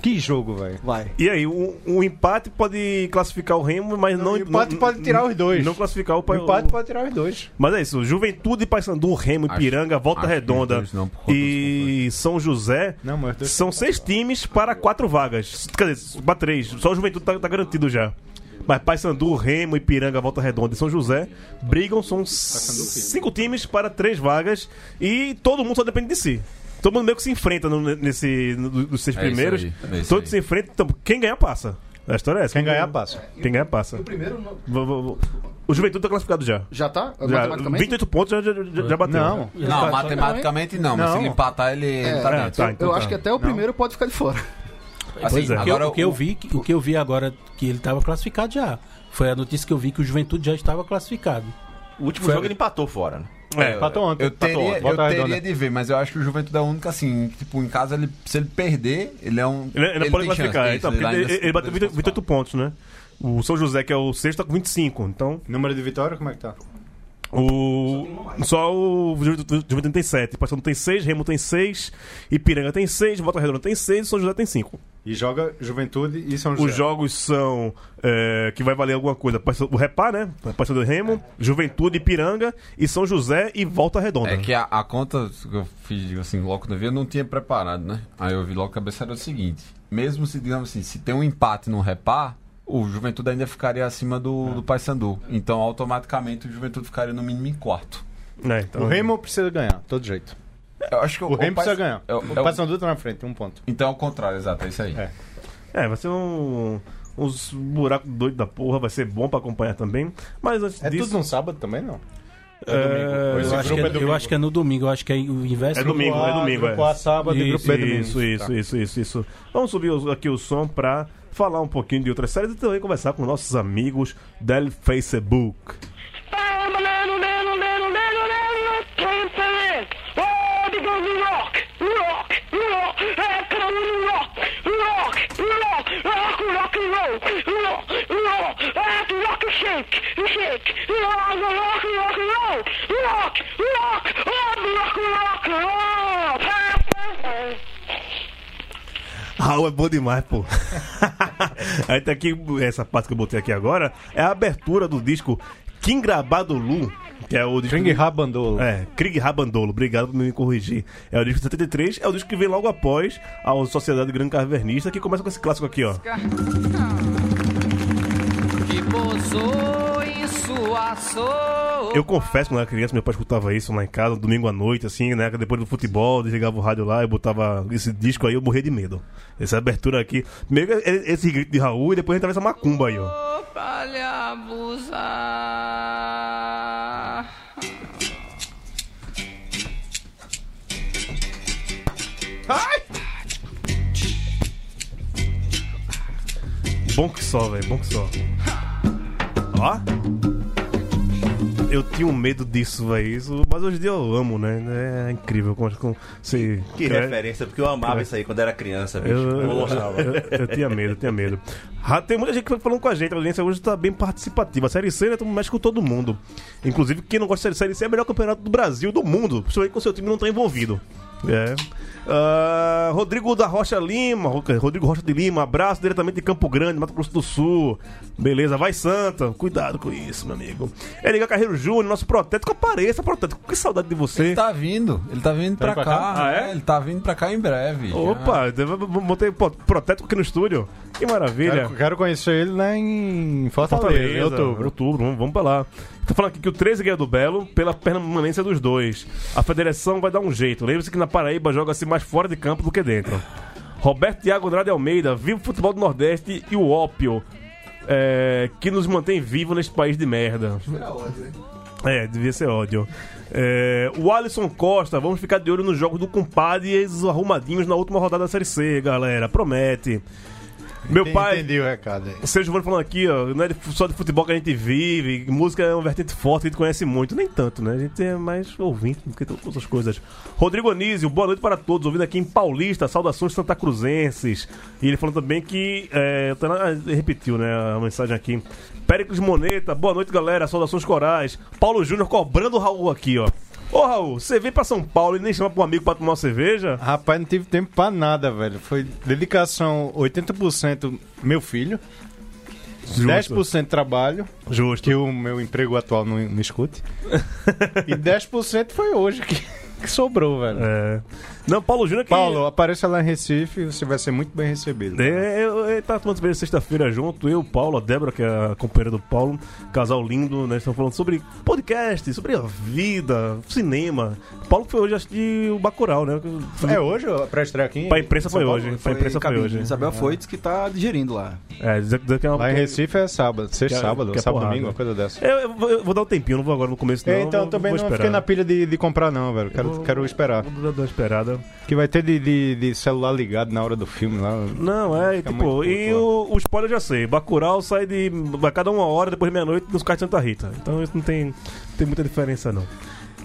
Speaker 10: Que jogo, velho.
Speaker 6: vai.
Speaker 4: E aí, um, um empate pode classificar o Remo, mas não.
Speaker 10: O empate
Speaker 4: não-
Speaker 10: pode tirar os dois.
Speaker 4: Não classificar o
Speaker 10: O
Speaker 4: Pai-
Speaker 10: empate pode tirar os dois.
Speaker 4: Mas é isso, Juventude, Paysandu, Remo,
Speaker 5: Acho-
Speaker 4: Ipiranga, Volta
Speaker 5: acho que
Speaker 4: Redonda
Speaker 5: os dois não, por conta
Speaker 4: e São José
Speaker 10: Não, mas os dois-
Speaker 4: são seis times para quatro vagas. Quer dizer, para três. Só o Juventude tá, tá garantido já. Mas Paysandu, Remo, Ipiranga, Volta Redonda e São José brigam, são cinco times para três vagas e todo mundo só depende de si. Todo mundo meio que se enfrenta no- nesse, no- dos seis
Speaker 5: É isso
Speaker 4: primeiros.
Speaker 5: aí, é isso
Speaker 4: Todos se
Speaker 5: aí.
Speaker 4: enfrentam. Então, quem ganhar passa. A história é essa.
Speaker 10: Quem ganhar, passa.
Speaker 4: Quem ganhar passa. O primeiro O Juventude tá classificado já.
Speaker 11: Já tá?
Speaker 4: Já,
Speaker 11: Matematicamente?
Speaker 4: 28 pontos já, já, já- já bateu.
Speaker 10: Não.
Speaker 5: Não, matematicamente não, mas se
Speaker 10: Não.
Speaker 5: ele empatar, ele ele tá
Speaker 4: É,
Speaker 5: dentro.
Speaker 4: tá, então
Speaker 11: Eu
Speaker 4: tá.
Speaker 11: acho que até o primeiro pode ficar de fora.
Speaker 5: Assim,
Speaker 4: é.
Speaker 8: O que eu-
Speaker 5: agora
Speaker 8: o que eu vi, que- o que eu vi agora que ele estava classificado já. Foi a notícia que eu vi que o Juventude já estava classificado.
Speaker 7: O último
Speaker 8: Foi-
Speaker 7: jogo ele empatou fora, né?
Speaker 4: É,
Speaker 10: Empatou ontem.
Speaker 5: Eu teria, eu
Speaker 10: Volta
Speaker 5: teria
Speaker 10: Redonda.
Speaker 5: de ver, mas eu acho que o Juventude é o único assim, tipo, em casa, ele, se ele perder, ele é um.
Speaker 4: Ele, ele pode
Speaker 5: tem
Speaker 4: classificar.
Speaker 5: chance,
Speaker 4: então,
Speaker 5: isso,
Speaker 4: porque
Speaker 5: lá
Speaker 4: ele,
Speaker 5: ainda-
Speaker 4: ele bateu 20 28 pontos, né? O São José, que é o sexto, tá com 25. Então,
Speaker 10: Número de vitória, como é que tá?
Speaker 4: o. Só o Juventude Juventude tem 7. Passando tem 6, Remo tem 6, Ipiranga tem 6, Volta Redonda tem 6 e São José tem 5.
Speaker 10: E joga Juventude e São
Speaker 11: é.
Speaker 10: José.
Speaker 4: Os jogos são. é, que vai valer alguma coisa. Passa- O Repá, né? Passa do
Speaker 11: É.
Speaker 4: Remo, Juventude, Ipiranga e São José e Volta Redonda.
Speaker 5: É que a, a conta que eu fiz, digo assim, logo quando eu vi, eu não tinha preparado, né? Aí eu vi logo a cabeça era o seguinte: mesmo se, digamos assim, se tem um empate no repar, o Juventude ainda ficaria acima
Speaker 4: É.
Speaker 5: do, do Paysandu. Então, automaticamente, o Juventude ficaria no mínimo em quarto.
Speaker 4: Né, então-
Speaker 10: O Remo precisa ganhar, todo jeito.
Speaker 5: Eu acho que
Speaker 10: O Remo precisa
Speaker 5: Pays-
Speaker 10: ganhar.
Speaker 5: é o- é
Speaker 10: O
Speaker 5: o-
Speaker 10: Paysandu tá na frente, um ponto.
Speaker 5: Então é o contrário, exato, é isso aí.
Speaker 10: É.
Speaker 4: É, vai ser um. Uns buracos doidos da porra, vai ser bom pra acompanhar também. Mas antes
Speaker 10: É
Speaker 4: disso.
Speaker 10: tudo num sábado também, não?
Speaker 4: É,
Speaker 10: Esse
Speaker 8: Eu acho, que
Speaker 10: grupo
Speaker 8: é,
Speaker 10: é domingo.
Speaker 8: eu acho que é no domingo, eu acho que é o inverso.
Speaker 4: É domingo,
Speaker 10: Grupo
Speaker 4: é
Speaker 10: A,
Speaker 4: domingo,
Speaker 10: Grupo
Speaker 4: é.
Speaker 10: A sábado e
Speaker 4: Isso,
Speaker 10: grupo B domingo.
Speaker 4: isso, isso, isso, isso, isso. Vamos subir os- aqui o som pra falar um pouquinho de outras séries e também conversar com nossos amigos del Facebook. Raul é bom demais, pô. Aí tá aqui, essa parte que eu botei aqui agora é a abertura do disco Kim Grabado Lu, que é o disco.
Speaker 10: Ring Rabandolo.
Speaker 4: É, Krieg Rabandolo, obrigado por me corrigir. É o disco 73, é o disco que vem logo após a Sociedade Grande Cavernista, que começa com esse clássico aqui, ó.
Speaker 9: Que pousou em sua sombra.
Speaker 4: Eu confesso, quando eu era criança, meu pai escutava isso lá em casa, domingo à noite, assim, né? Depois do futebol, desligava o rádio lá e botava esse disco aí, eu morria de medo. Essa abertura aqui. Meio que esse grito de Raul e depois entrava essa macumba aí, ó.
Speaker 9: pra lhe abusar.
Speaker 4: Bom que só, velho, bom que só. Ó. Eu tinha um medo disso, velho. Isso, mas hoje em dia eu amo, né? É incrível como, como se.
Speaker 7: Que
Speaker 4: é-
Speaker 7: referência, porque eu amava isso aí quando era criança, bicho.
Speaker 4: Eu, eu,
Speaker 7: Porra.
Speaker 4: eu, eu tinha medo, eu tinha medo. Ah, Tem muita gente que vai falando com a gente, a audiência hoje tá bem participativa. A Série C né, mexe com todo mundo. Inclusive, quem não gosta da Série C é o melhor campeonato do Brasil, do mundo. Principalmente quando seu time não tá envolvido. É. Ah, Rodrigo da Rocha Lima, Ro- Rodrigo Rocha de Lima, abraço diretamente de Campo Grande, Mato Grosso do Sul. Beleza, vai Santa, cuidado com isso, meu amigo. Eliga Carreiro Júnior, nosso protético, apareça, protético, que saudade de você.
Speaker 5: Ele tá vindo, ele tá vindo pra,
Speaker 10: pra
Speaker 5: cá.
Speaker 10: cá?
Speaker 5: Ah, é? Ele tá vindo pra cá em breve.
Speaker 4: Opa, eu botei pô, protético aqui no estúdio. Que maravilha.
Speaker 10: Quero, quero conhecer ele lá em Fortaleza, em
Speaker 4: outubro.
Speaker 10: outubro.
Speaker 4: outubro, vamos, vamos pra lá. Tá falando aqui que o 13 ganha do Belo pela permanência dos dois. A federação vai dar um jeito. Lembre-se que na Paraíba joga-se mais fora de campo do que dentro. Roberto Thiago Andrade Almeida, vivo futebol do Nordeste e o ópio é, que nos mantém vivo neste país de merda. É, devia ser ódio. É, o Alisson Costa, vamos ficar de olho nos jogos do compadre e esses arrumadinhos na última rodada da Série C, galera. Promete. Meu pai.
Speaker 11: Entendi o recado aí.
Speaker 4: O seu Giovanni falando aqui, ó, não é de fu- só de futebol que a gente vive, música é uma vertente forte que a gente conhece muito, nem tanto, né? A gente é mais ouvinte do que todas outras coisas. Rodrigo Anísio, boa noite para todos, ouvindo aqui em Paulista, saudações Santa Cruzenses. E ele falando também que. é, tá na- ah, ele repetiu, né, a mensagem aqui. Péricles Moneta, boa noite galera, saudações corais. Paulo Júnior cobrando o Raul aqui, ó. Ô Raul, você vem pra São Paulo e nem chama pra um amigo pra tomar uma cerveja?
Speaker 10: Rapaz, não tive tempo pra nada, velho. Foi dedicação 80% meu filho, 10% trabalho,
Speaker 4: Justo.
Speaker 10: que o meu emprego atual não, não escute, e 10% foi hoje que, que sobrou, velho.
Speaker 4: É. Não, Paulo Júnior que.
Speaker 10: Paulo, apareça lá em Recife, você vai ser muito bem recebido.
Speaker 4: É, eu, eu, tá tomando cerveja sexta-feira junto, eu, Paulo, a Débora, que é a companheira do Paulo, casal lindo, né? Estão falando sobre podcast, sobre a vida, cinema. Paulo que foi hoje, acho que o Bacurau, né?
Speaker 10: É hoje pra estreia aqui?
Speaker 4: Pra imprensa foi
Speaker 6: São Paulo,
Speaker 4: hoje. Pra imprensa foi
Speaker 6: cabine.
Speaker 4: hoje.
Speaker 6: Isabel foi, disse que tá digerindo lá.
Speaker 4: É, dizer, dizer que é uma.
Speaker 10: Lá em Recife é sábado, sexta,
Speaker 4: Que é-
Speaker 10: sábado,
Speaker 4: que é
Speaker 10: sábado,
Speaker 4: porrada.
Speaker 10: domingo, uma coisa dessa.
Speaker 4: Eu, eu vou- eu vou dar um tempinho, não vou agora no começo, não.
Speaker 10: então,
Speaker 4: vou,
Speaker 10: também
Speaker 4: vou
Speaker 10: não
Speaker 4: esperar.
Speaker 10: fiquei na pilha de, de comprar, não, velho. Quero,
Speaker 4: Vou-
Speaker 10: quero esperar.
Speaker 4: Vou dar- dar uma esperada.
Speaker 10: Que vai ter de, de- de celular ligado na hora do filme lá.
Speaker 4: Não, é, e,
Speaker 10: muito
Speaker 4: tipo,
Speaker 10: puto,
Speaker 4: e
Speaker 10: né?
Speaker 4: o, o spoiler eu já sei. Bacurau sai de. a cada uma hora depois de meia-noite nos carros de Santa Rita. Então isso não tem, não tem muita diferença, não.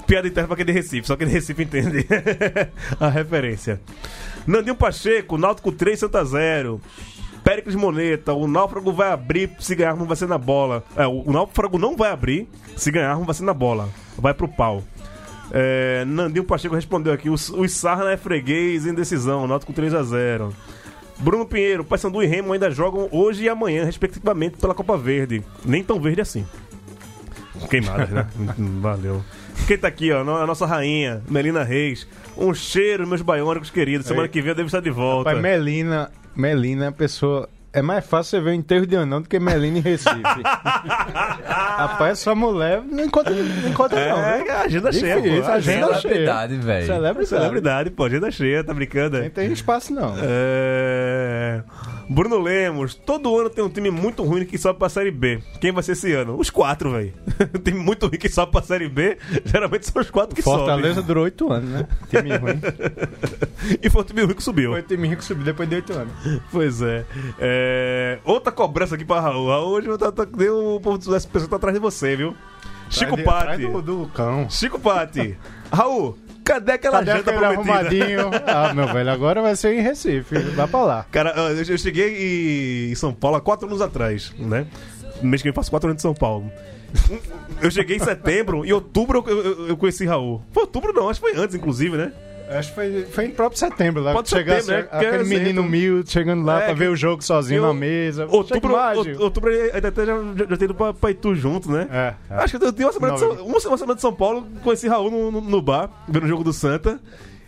Speaker 4: Piada interna pra quem é de Recife, só quem é de Recife entende a referência. Nandinho Pacheco, Náutico 3, Santa 0. Péricles Moneta, o Náufrago vai abrir, se ganharmos vai ser na bola. É, o, o Náufrago não vai abrir, se ganharmos vai ser na bola. Vai pro pau. É, Nandinho Pacheco respondeu aqui: os, os Sarna é freguês em decisão, Náutico 3x0. Bruno Pinheiro, Paysandu e Remo ainda jogam hoje e amanhã, respectivamente, pela Copa Verde. Nem tão verde assim. Queimadas, né? Valeu. Quem tá aqui, ó? no- A nossa rainha, Melina Reis. Um cheiro, meus baiônicos queridos. Semana
Speaker 10: Aí.
Speaker 4: que vem eu devo estar de volta.
Speaker 10: Pai, Melina, Melina é a pessoa. É mais fácil você ver o enterro de anão do que Melina em Recife. Rapaz, essa mulher não encontra, não, encontra não.
Speaker 4: É,
Speaker 10: viu?
Speaker 4: agenda cheia, pô.
Speaker 10: Difícil, agenda cheia.
Speaker 5: Celebridade, velho.
Speaker 10: Celebridade.
Speaker 4: Celebridade, pô. Agenda cheia, tá brincando?
Speaker 10: Não tem espaço, não.
Speaker 4: É... Bruno Lemos, todo ano tem um time muito ruim que sobe pra Série B. Quem vai ser esse ano? Os quatro, velho. Um time muito ruim que sobe pra Série B, geralmente são os quatro que
Speaker 10: Fortaleza
Speaker 4: sobem.
Speaker 10: durou oito anos, né? Time ruim.
Speaker 4: E foi o time ruim que subiu.
Speaker 10: Foi o time rico subir depois de oito anos.
Speaker 4: Pois é. É, Outra cobrança aqui pra Raul. Raul, Hoje eu tá, tá, deu- o povo do SPC tá atrás de você, viu? Chico
Speaker 10: Atrás de- atrás
Speaker 4: Patti.
Speaker 10: Do, do Lucão.
Speaker 4: Chico Patti. Raul, cadê aquela
Speaker 10: Cadê
Speaker 4: janta
Speaker 10: aquele
Speaker 4: prometida?
Speaker 10: arrumadinho? Ah, meu velho, agora vai ser em Recife. Vai pra lá.
Speaker 4: Cara, eu, eu cheguei em- em São Paulo há quatro anos atrás, né? No mês que vem eu faço quatro anos de São Paulo. Eu cheguei em setembro, em outubro eu, eu, eu conheci Raul. Foi outubro não, acho que foi antes, inclusive, né?
Speaker 10: Acho que foi, foi em próprio setembro lá.
Speaker 4: Pode
Speaker 10: que chegasse
Speaker 4: setembro, né?
Speaker 10: Aquele
Speaker 4: Quer dizer,
Speaker 10: menino
Speaker 4: então-
Speaker 10: humilde chegando lá
Speaker 4: É,
Speaker 10: pra
Speaker 4: que-
Speaker 10: ver o jogo sozinho
Speaker 4: eu-
Speaker 10: na mesa.
Speaker 4: Outubro,
Speaker 10: Checkmate.
Speaker 4: out- outubro ainda até já, já, já tem ido pra, pra Itu junto, né?
Speaker 10: É, é.
Speaker 4: Acho que eu tenho uma semana, de São,
Speaker 10: Nove.
Speaker 4: uma se- uma semana de São Paulo, conheci Raul no, no- no bar, vendo o jogo do Santa.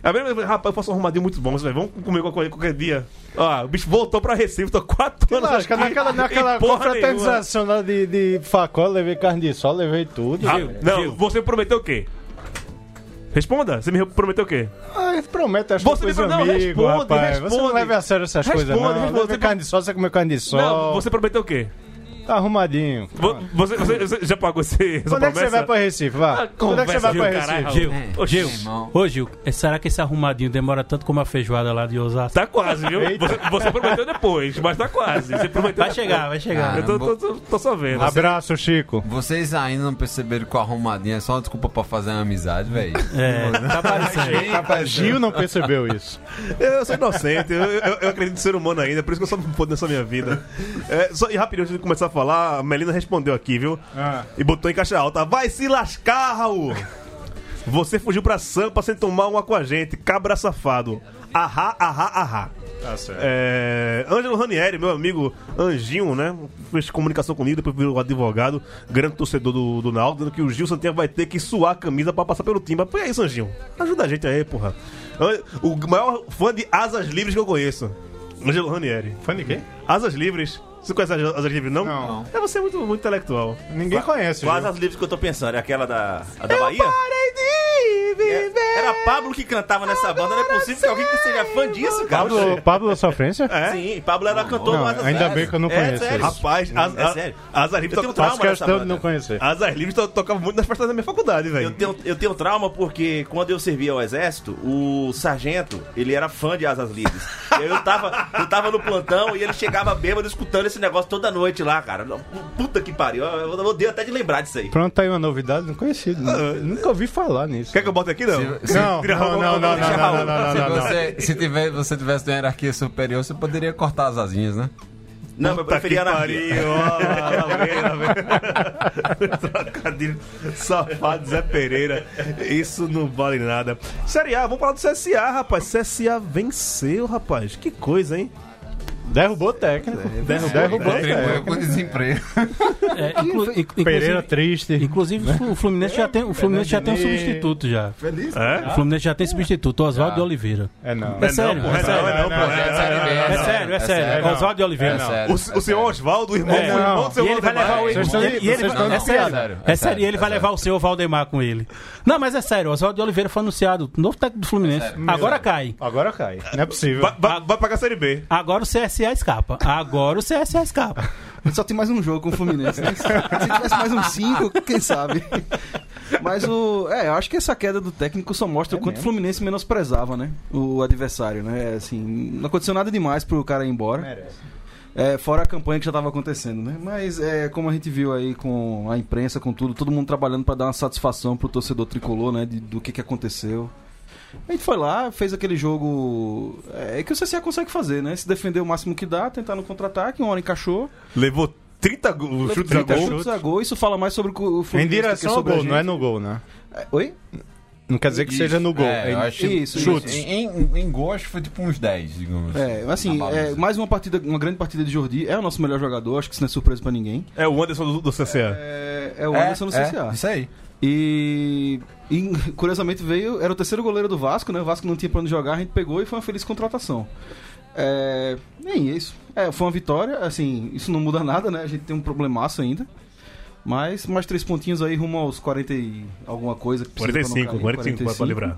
Speaker 4: Aí mesmo, eu falei, rapaz, eu faço um arrumadinho muito bom, vocês vão comer qualquer, qualquer dia. Ah, o bicho voltou pra Recife, tô quatro anos.
Speaker 10: Lógico,
Speaker 4: aqui,
Speaker 10: naquela, naquela
Speaker 4: e porra nenhuma.
Speaker 10: confraternização lá de, de facola, levei carne de sol, levei tudo.
Speaker 4: Ah,
Speaker 10: Ah,
Speaker 4: não, você me prometeu o quê? Responda, você me prometeu o quê?
Speaker 10: ah, promete as
Speaker 4: Você me pro-
Speaker 10: coisas
Speaker 4: não,
Speaker 10: amigos,
Speaker 4: responde,
Speaker 10: rapaz. Você não
Speaker 4: responde.
Speaker 10: leve a sério essas
Speaker 4: Responde,
Speaker 10: coisas, não.
Speaker 4: responde.
Speaker 10: Levei
Speaker 4: Você-
Speaker 10: carne de sol, você comeu carne de sol.
Speaker 4: Não, você prometeu o quê?
Speaker 10: Tá arrumadinho.
Speaker 4: Vo- Você, você- você já pagou esse, essa
Speaker 10: Quando é que você
Speaker 4: promessa?
Speaker 10: vai pra Recife, vá?
Speaker 4: Ah,
Speaker 10: Quando é que você vai
Speaker 8: Gil,
Speaker 10: pra
Speaker 4: um caralho,
Speaker 10: Recife?
Speaker 8: Gil,
Speaker 5: É.
Speaker 8: ô Gil,
Speaker 5: Irmão.
Speaker 8: ô Gil, é, será que esse arrumadinho demora tanto como a feijoada lá de Osasco?
Speaker 4: Tá quase, viu? Você, você prometeu depois, mas tá quase. Você prometeu
Speaker 8: Vai chegar, vai chegar.
Speaker 5: Ah,
Speaker 4: Eu tô, tô- tô- tô só vendo.
Speaker 10: Abraço, Chico.
Speaker 5: Vocês ainda não perceberam que o arrumadinho é só uma desculpa pra fazer uma amizade, velho.
Speaker 8: É, tá parecendo.
Speaker 10: Gil não percebeu isso.
Speaker 4: Eu sou inocente, eu, eu- eu acredito no ser humano ainda, por isso que eu só me fodo nessa minha vida. É, só, e rapidinho, antes de começar a falar, a Melina respondeu aqui, viu?
Speaker 10: Ah.
Speaker 4: E botou em caixa alta: Vai se lascar, Raul! Você fugiu pra Sampa sem tomar uma com a gente, cabra safado. Ahá, ahá, ahá.
Speaker 10: Tá certo.
Speaker 4: É, Ângelo Ranieri, meu amigo Anjinho, né? Fez comunicação comigo, depois virou advogado, grande torcedor do, do Náutico, dizendo que o Gil Santiago vai ter que suar a camisa pra passar pelo timba. Pô, é isso, Anjinho. Ajuda a gente aí, porra. An- O maior fã de asas livres que eu conheço. Ângelo Ranieri.
Speaker 10: Fã de quê?
Speaker 4: Asas livres. Você conhece as asas livres, não?
Speaker 10: Não.
Speaker 4: É você é muito, muito intelectual.
Speaker 10: Ninguém conhece,
Speaker 7: Quase
Speaker 10: Gil.
Speaker 7: as livros que eu tô pensando. É aquela da, a da Bahia?
Speaker 4: Parei de
Speaker 7: É- Era Pablo que cantava nessa banda, não é possível que alguém que seja fã disso, cara.
Speaker 10: Pablo, Pablo da Sofrência?
Speaker 7: É? Sim, Pablo era cantor
Speaker 10: Não,
Speaker 7: do Asa
Speaker 10: ainda
Speaker 7: Zero.
Speaker 10: bem que eu não conheço
Speaker 7: É sério.
Speaker 10: eles.
Speaker 4: Rapaz,
Speaker 7: Não,
Speaker 4: as,
Speaker 7: é
Speaker 4: as,
Speaker 7: sério.
Speaker 4: as Arlibes
Speaker 7: Eu tenho
Speaker 4: to-
Speaker 7: trauma
Speaker 10: Faço
Speaker 7: dessa
Speaker 10: questão de
Speaker 7: banda.
Speaker 10: não conhecer.
Speaker 4: as Arlibes to- tocavam muito nas festas da minha faculdade,
Speaker 7: Eu
Speaker 4: velho.
Speaker 7: tenho, eu tenho trauma porque quando eu servia ao exército, o sargento, ele era fã de Asas Livres. E aí eu tava, eu tava no plantão e ele chegava bêbado escutando esse negócio toda noite lá, cara. Puta que pariu. Eu eu odeio até de lembrar disso aí.
Speaker 10: Pronto, tá aí uma novidade, não conheci. Nunca ouvi falar nisso.
Speaker 4: Quer que eu bote aqui, não?
Speaker 5: Se- se-
Speaker 10: Não, não, não, não, não, não, não, não,
Speaker 5: Se
Speaker 10: não, não.
Speaker 5: você, se tiver, você tivesse de uma hierarquia superior, você poderia cortar as asinhas, né?
Speaker 7: Não, mas eu
Speaker 4: Puta que
Speaker 7: preferia na
Speaker 4: pariu, ó, lá vem, lá vem. Trocadilho safado, Zé Pereira. Isso não vale nada. Série A, vamos falar do CSA, rapaz. CSA venceu, rapaz. Que coisa, hein?
Speaker 10: Derrubou o técnico. Derrubou, o
Speaker 5: Contribuiu
Speaker 10: técnico.
Speaker 5: com o desemprego.
Speaker 8: É, inclu- in- inclusive-
Speaker 10: Pereira triste.
Speaker 8: Inclusive, o Fluminense já tem, o Fluminense já tem um
Speaker 10: Fernandinho.
Speaker 8: substituto já.
Speaker 4: É?
Speaker 8: O Fluminense já tem substituto, Oswaldo de Oliveira.
Speaker 10: É não.
Speaker 8: É sério,
Speaker 4: Não,
Speaker 8: é sério.
Speaker 4: não,
Speaker 10: não,
Speaker 4: pô,
Speaker 10: não,
Speaker 4: é
Speaker 10: não,
Speaker 4: sério.
Speaker 10: não,
Speaker 5: É
Speaker 8: É
Speaker 5: não,
Speaker 8: sério, é sério.
Speaker 10: não.
Speaker 8: Oswaldo de Oliveira.
Speaker 5: É sério.
Speaker 4: O, o senhor Oswaldo, o irmão,
Speaker 8: É.
Speaker 4: o irmão do seu
Speaker 8: E ele vai
Speaker 4: Valdemar.
Speaker 8: levar o
Speaker 10: Vocês estão de-
Speaker 8: e ele-
Speaker 10: vocês estão de
Speaker 8: é sério,
Speaker 5: piada.
Speaker 8: é sério, e ele
Speaker 5: é
Speaker 8: vai
Speaker 5: sério.
Speaker 8: levar o seu Valdemar com ele. Não, mas é sério, Oswaldo de Oliveira foi anunciado, novo técnico do Fluminense. Agora cai.
Speaker 10: Agora cai. Não é possível.
Speaker 4: Vai, vai, vai pagar a Série B.
Speaker 8: Agora o CSA escapa. Agora o CSA escapa.
Speaker 6: Só tem mais um jogo com o Fluminense. né? Se tivesse mais uns cinco, quem sabe? Mas o. É, eu acho que essa queda do técnico só
Speaker 10: É
Speaker 6: mostra o quanto o Fluminense menosprezava, né? O adversário, né? Assim, não aconteceu nada demais pro cara ir embora.
Speaker 10: Merece.
Speaker 6: É, fora a campanha que já tava acontecendo, né? Mas é, como a gente viu aí com a imprensa, com tudo, todo mundo trabalhando pra dar uma satisfação pro torcedor tricolor, né? De- do que, que aconteceu. A gente foi lá, fez aquele jogo. É que o CCA consegue fazer, né? Se defender o máximo que dá, tentar no contra-ataque, uma hora encaixou.
Speaker 4: Levou 30 go- chutes a
Speaker 6: 30
Speaker 4: gol.
Speaker 6: chutes a gol, isso fala mais sobre o cu- o
Speaker 10: Em
Speaker 6: Fluminense do
Speaker 10: direção
Speaker 6: que
Speaker 10: ao
Speaker 6: sobre a
Speaker 10: gol,
Speaker 6: gente.
Speaker 10: não é no gol, né?
Speaker 6: É, Oi?
Speaker 10: Não quer dizer que seja no gol.
Speaker 5: É, eu
Speaker 10: É,
Speaker 5: acho,
Speaker 6: Isso,
Speaker 5: chutes.
Speaker 6: isso.
Speaker 5: Em, em, em gol, acho que foi tipo uns 10, digamos.
Speaker 6: É,
Speaker 5: Na
Speaker 6: assim,
Speaker 5: balança.
Speaker 6: é, mais uma partida, uma grande partida de Jordi. É o nosso melhor jogador, acho que isso não é surpresa pra ninguém.
Speaker 4: É o Anderson do, do CSA.
Speaker 6: É, é o
Speaker 5: É,
Speaker 6: Anderson no
Speaker 5: é,
Speaker 6: CCA.
Speaker 5: Isso aí.
Speaker 6: E, e, curiosamente veio, era o terceiro goleiro do Vasco, né? O Vasco não tinha plano de jogar, a gente pegou e foi uma feliz contratação. É, nem isso. É, foi uma vitória, assim, isso não muda nada, né? A gente tem um problemaço ainda. Mas mais três pontinhos aí rumo aos 40 e alguma coisa. que precisa pra não
Speaker 4: 45,
Speaker 6: cair,
Speaker 4: 45, pode pra livrar.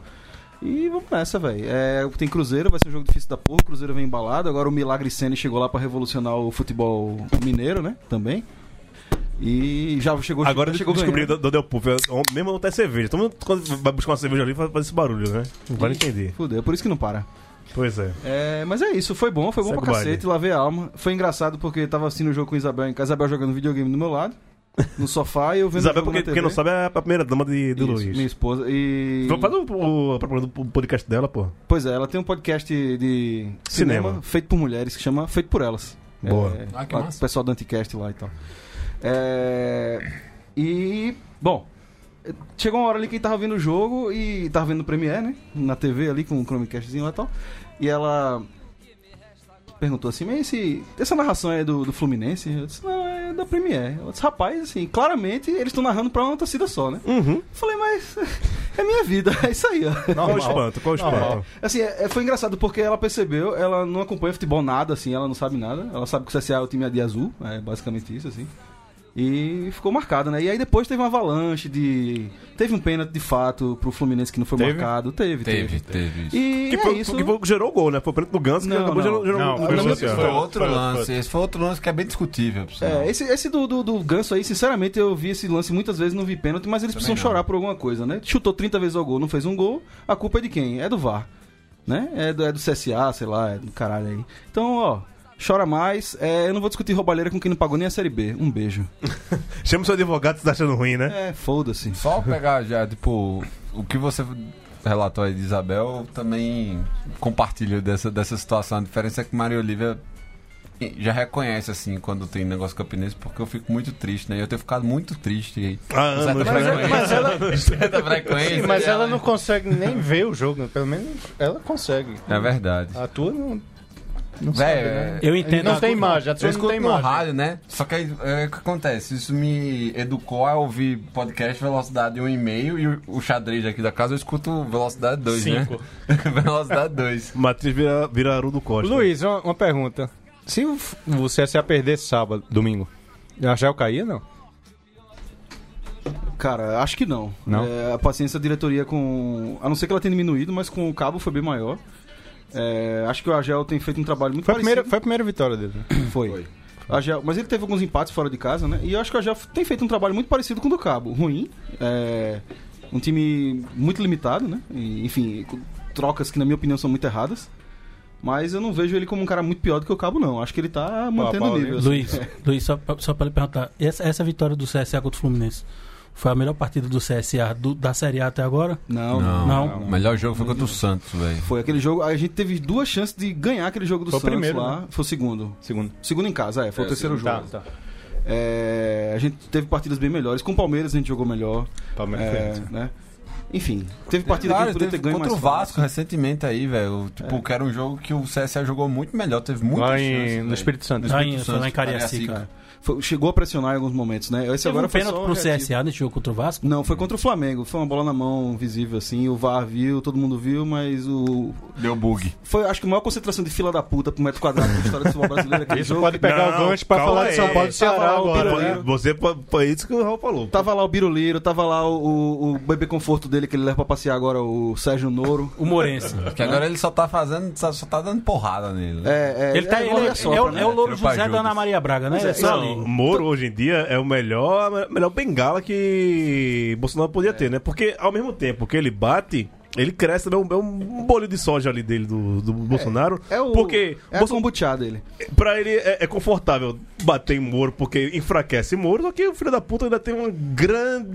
Speaker 6: E vamos nessa, velho. É, tem Cruzeiro, vai ser um jogo difícil da porra. O Cruzeiro vem embalado. Agora o Milagre Sene chegou lá pra revolucionar o futebol mineiro, né? Também. E já chegou
Speaker 4: Agora
Speaker 6: já
Speaker 4: eu
Speaker 6: chegou
Speaker 4: descobri
Speaker 6: ganhando.
Speaker 4: do, do Del Puff. É, Mesmo não tem cerveja. Todo mundo quando vai buscar uma cerveja ali faz, faz esse barulho, né? Não vai entender.
Speaker 6: Fudeu, é por isso que não para.
Speaker 4: Pois é.
Speaker 6: É, mas é isso, foi bom, foi bom
Speaker 4: Segue
Speaker 6: pra
Speaker 4: o baile.
Speaker 6: cacete, lavei a alma. Foi engraçado porque tava assistindo o jogo com Isabel em casa, Isabel jogando videogame do meu lado, no sofá, e eu vendo
Speaker 4: Isabel,
Speaker 6: o jogo
Speaker 4: porque
Speaker 6: na TV.
Speaker 4: quem não sabe é a primeira dama de, de
Speaker 6: Isso,
Speaker 4: Luiz.
Speaker 6: Minha esposa. E.
Speaker 4: Vamos fazer o, o, propaganda do podcast dela, pô.
Speaker 6: Pois é, ela tem um podcast de cinema,
Speaker 4: Cinema.
Speaker 6: feito por mulheres que chama Feito por Elas.
Speaker 4: Boa.
Speaker 6: É,
Speaker 5: Ah, que
Speaker 6: lá com o
Speaker 5: massa.
Speaker 6: pessoal do Anticast lá e tal. É, e, bom, chegou uma hora ali que tava vendo o jogo e tava vendo o Premiere, né? Na TV ali com o Chromecastzinho lá e tal. E ela perguntou assim: Mas esse, essa narração é do, do Fluminense? Eu disse: Não, é da Premiere. Eu disse: Rapaz, assim, claramente eles estão narrando pra uma torcida só, né?
Speaker 4: Uhum.
Speaker 6: Falei, mas é minha vida, é isso aí, ó.
Speaker 4: Qual o espanto? Qual o
Speaker 10: Normal.
Speaker 4: espanto?
Speaker 6: Assim, é- é- foi engraçado porque ela percebeu, ela não acompanha futebol nada, assim, ela não sabe nada. Ela sabe que o CSA é o time de azul, é basicamente isso, assim. E ficou marcada, né? E aí depois teve uma avalanche de. Teve um pênalti de fato pro Fluminense que não foi
Speaker 10: Teve?
Speaker 6: marcado. Teve,
Speaker 5: Teve,
Speaker 6: teve.
Speaker 5: teve.
Speaker 6: E
Speaker 4: Que
Speaker 6: é
Speaker 4: foi,
Speaker 6: isso.
Speaker 4: que foi o que gerou o gol, né? Foi o preto do Ganso que
Speaker 6: Não,
Speaker 4: acabou
Speaker 6: não.
Speaker 4: gerando gerou
Speaker 10: Não,
Speaker 4: o
Speaker 10: foi
Speaker 4: gol.
Speaker 10: o
Speaker 5: Esse foi outro lance. Esse foi outro lance que é bem discutível. por sinal.
Speaker 6: É, esse, esse do, do, do Ganso aí, sinceramente, eu vi esse lance muitas vezes, não vi pênalti, mas eles precisam chorar por alguma coisa, né? Chutou 30 vezes ao gol, não fez um gol, a culpa é de quem? É do VAR, né? É do, é do CSA, sei lá, é do caralho aí. Então, ó, chora mais. É, eu não vou discutir roubalheira com quem não pagou nem a Série B. Um beijo.
Speaker 4: Chama seu advogado se tá achando ruim, né?
Speaker 6: É, foda-se.
Speaker 5: Só pegar já, tipo, o que você relatou aí de Isabel, eu também compartilho dessa, dessa situação. A diferença é que Maria Olivia já reconhece, assim, quando tem negócio campinense, porque eu fico muito triste, né? E Eu tenho ficado muito triste.
Speaker 4: Ah, anos,
Speaker 5: certa
Speaker 4: né?
Speaker 5: frequência. certa frequência.
Speaker 10: Sim, mas ela não consegue nem ver o jogo, né? pelo menos ela consegue.
Speaker 5: É verdade.
Speaker 10: A tua não.
Speaker 5: Não
Speaker 8: Eu entendo.
Speaker 10: Não tem imagem, a
Speaker 5: Eu
Speaker 10: tua não
Speaker 5: escuto
Speaker 10: tem
Speaker 5: no
Speaker 10: imagem.
Speaker 5: rádio, né? Só que aí é, o que acontece? Isso me educou a ouvir podcast velocidade 1,5 e o, o xadrez aqui da casa eu escuto velocidade 2, né?
Speaker 10: Cinco.
Speaker 5: velocidade 2.
Speaker 4: Matriz vira, vira Arudo Costa.
Speaker 10: Luiz, uma, uma pergunta. Se o, F- o CSA perder sábado, domingo, a Gel caía, não?
Speaker 6: Cara, acho que não.
Speaker 10: Não?
Speaker 6: É, a paciência da diretoria com. A não ser que ela tenha diminuído, mas com o cabo foi bem maior. É, acho que o Agel tem feito um trabalho muito
Speaker 10: Foi a
Speaker 6: parecido.
Speaker 10: primeira, foi a primeira vitória dele. né?
Speaker 6: Foi. Agel- mas ele teve alguns empates fora de casa, né? E eu acho que o Agel tem feito um trabalho muito parecido com o do Cabo. Ruim. é, um time muito limitado, né? E, enfim, com trocas que na minha opinião são muito erradas. Mas eu não vejo ele como um cara muito pior do que o Cabo, não. Acho que ele
Speaker 10: Ah,
Speaker 6: tá mantendo o
Speaker 10: pau,
Speaker 6: nível. assim.
Speaker 8: Luiz, Luiz só, pra- só pra lhe perguntar, essa, essa vitória do CSA contra o Fluminense foi a melhor partida do CSA do- da Série A até agora?
Speaker 6: Não,
Speaker 8: Não.
Speaker 5: O melhor jogo foi contra o Santos, velho.
Speaker 6: Foi aquele jogo. A gente teve duas chances de ganhar aquele jogo do
Speaker 10: Foi o
Speaker 6: Santos
Speaker 10: primeiro,
Speaker 6: lá. Foi o segundo.
Speaker 10: Segundo.
Speaker 6: Segundo em casa, é. Foi o terceiro jogo.
Speaker 10: Tá, tá.
Speaker 6: É, a gente teve partidas bem melhores. Com o Palmeiras a gente jogou melhor.
Speaker 10: Palmeiras
Speaker 6: É,
Speaker 10: foi antes.
Speaker 6: né? Enfim, teve partida
Speaker 5: Claro,
Speaker 6: que a gente poderia ter
Speaker 5: teve
Speaker 6: ganho
Speaker 5: contra o
Speaker 6: mais
Speaker 5: Vasco
Speaker 6: fácil.
Speaker 5: recentemente aí, velho. Tipo, que era um jogo que o CSA jogou muito melhor, teve muita
Speaker 10: Lá
Speaker 5: chance.
Speaker 10: em,
Speaker 5: velho.
Speaker 10: no Espírito Santo.
Speaker 8: Lá em, foi
Speaker 5: Santos,
Speaker 8: lá em Cariacica.
Speaker 5: Cariacica.
Speaker 6: Foi- chegou a pressionar em alguns momentos, né? Esse
Speaker 8: Teve
Speaker 6: agora
Speaker 8: um
Speaker 6: foi
Speaker 8: pênalti
Speaker 6: só
Speaker 8: pro
Speaker 6: reativo.
Speaker 8: CSA nesse jogo contra o Vasco?
Speaker 6: Não, foi contra o Flamengo. Foi uma bola na mão visível, assim. O VAR viu, todo mundo viu, mas o.
Speaker 5: Deu bug.
Speaker 6: Foi, acho que a maior concentração de fila da puta por metro quadrado da história do futebol brasileiro. aquele
Speaker 10: Isso
Speaker 6: jogo.
Speaker 10: pode pegar
Speaker 4: Não,
Speaker 10: o gancho pra
Speaker 4: calma
Speaker 10: falar de São
Speaker 4: aí.
Speaker 10: Paulo e Ceará
Speaker 6: Tava lá o
Speaker 10: agora.
Speaker 6: Pipo-
Speaker 10: né?
Speaker 4: Foi- Você, foi- foi isso que o Raul falou.
Speaker 6: Tava lá o Biruliro, tava lá o, o, o bebê conforto dele que ele leva pra passear agora, o Sérgio Noro.
Speaker 8: O Morense.
Speaker 5: Que agora ele só tá fazendo, só, só tá dando porrada nele. né?
Speaker 6: É, é,
Speaker 8: ele tá,
Speaker 6: é,
Speaker 8: ele
Speaker 6: igual
Speaker 8: é,
Speaker 6: a sopra,
Speaker 8: é o,
Speaker 6: né?
Speaker 8: é o Louro
Speaker 5: Tiro pra
Speaker 8: José da
Speaker 5: Judas.
Speaker 8: Ana Maria Braga, né? É, só
Speaker 4: Não,
Speaker 8: ali.
Speaker 4: Moro hoje em dia é o melhor, a melhor bengala que Bolsonaro podia ter, né? Porque ao mesmo tempo que ele bate, ele cresce, né? É um, é um bolho de soja ali dele do, do Bolsonaro.
Speaker 6: É o,
Speaker 4: porque
Speaker 6: é a
Speaker 4: Bolso-
Speaker 6: kombuchá dele.
Speaker 4: pra ele é, é confortável bater em Moro porque enfraquece Moro, só que o filho da puta ainda tem uma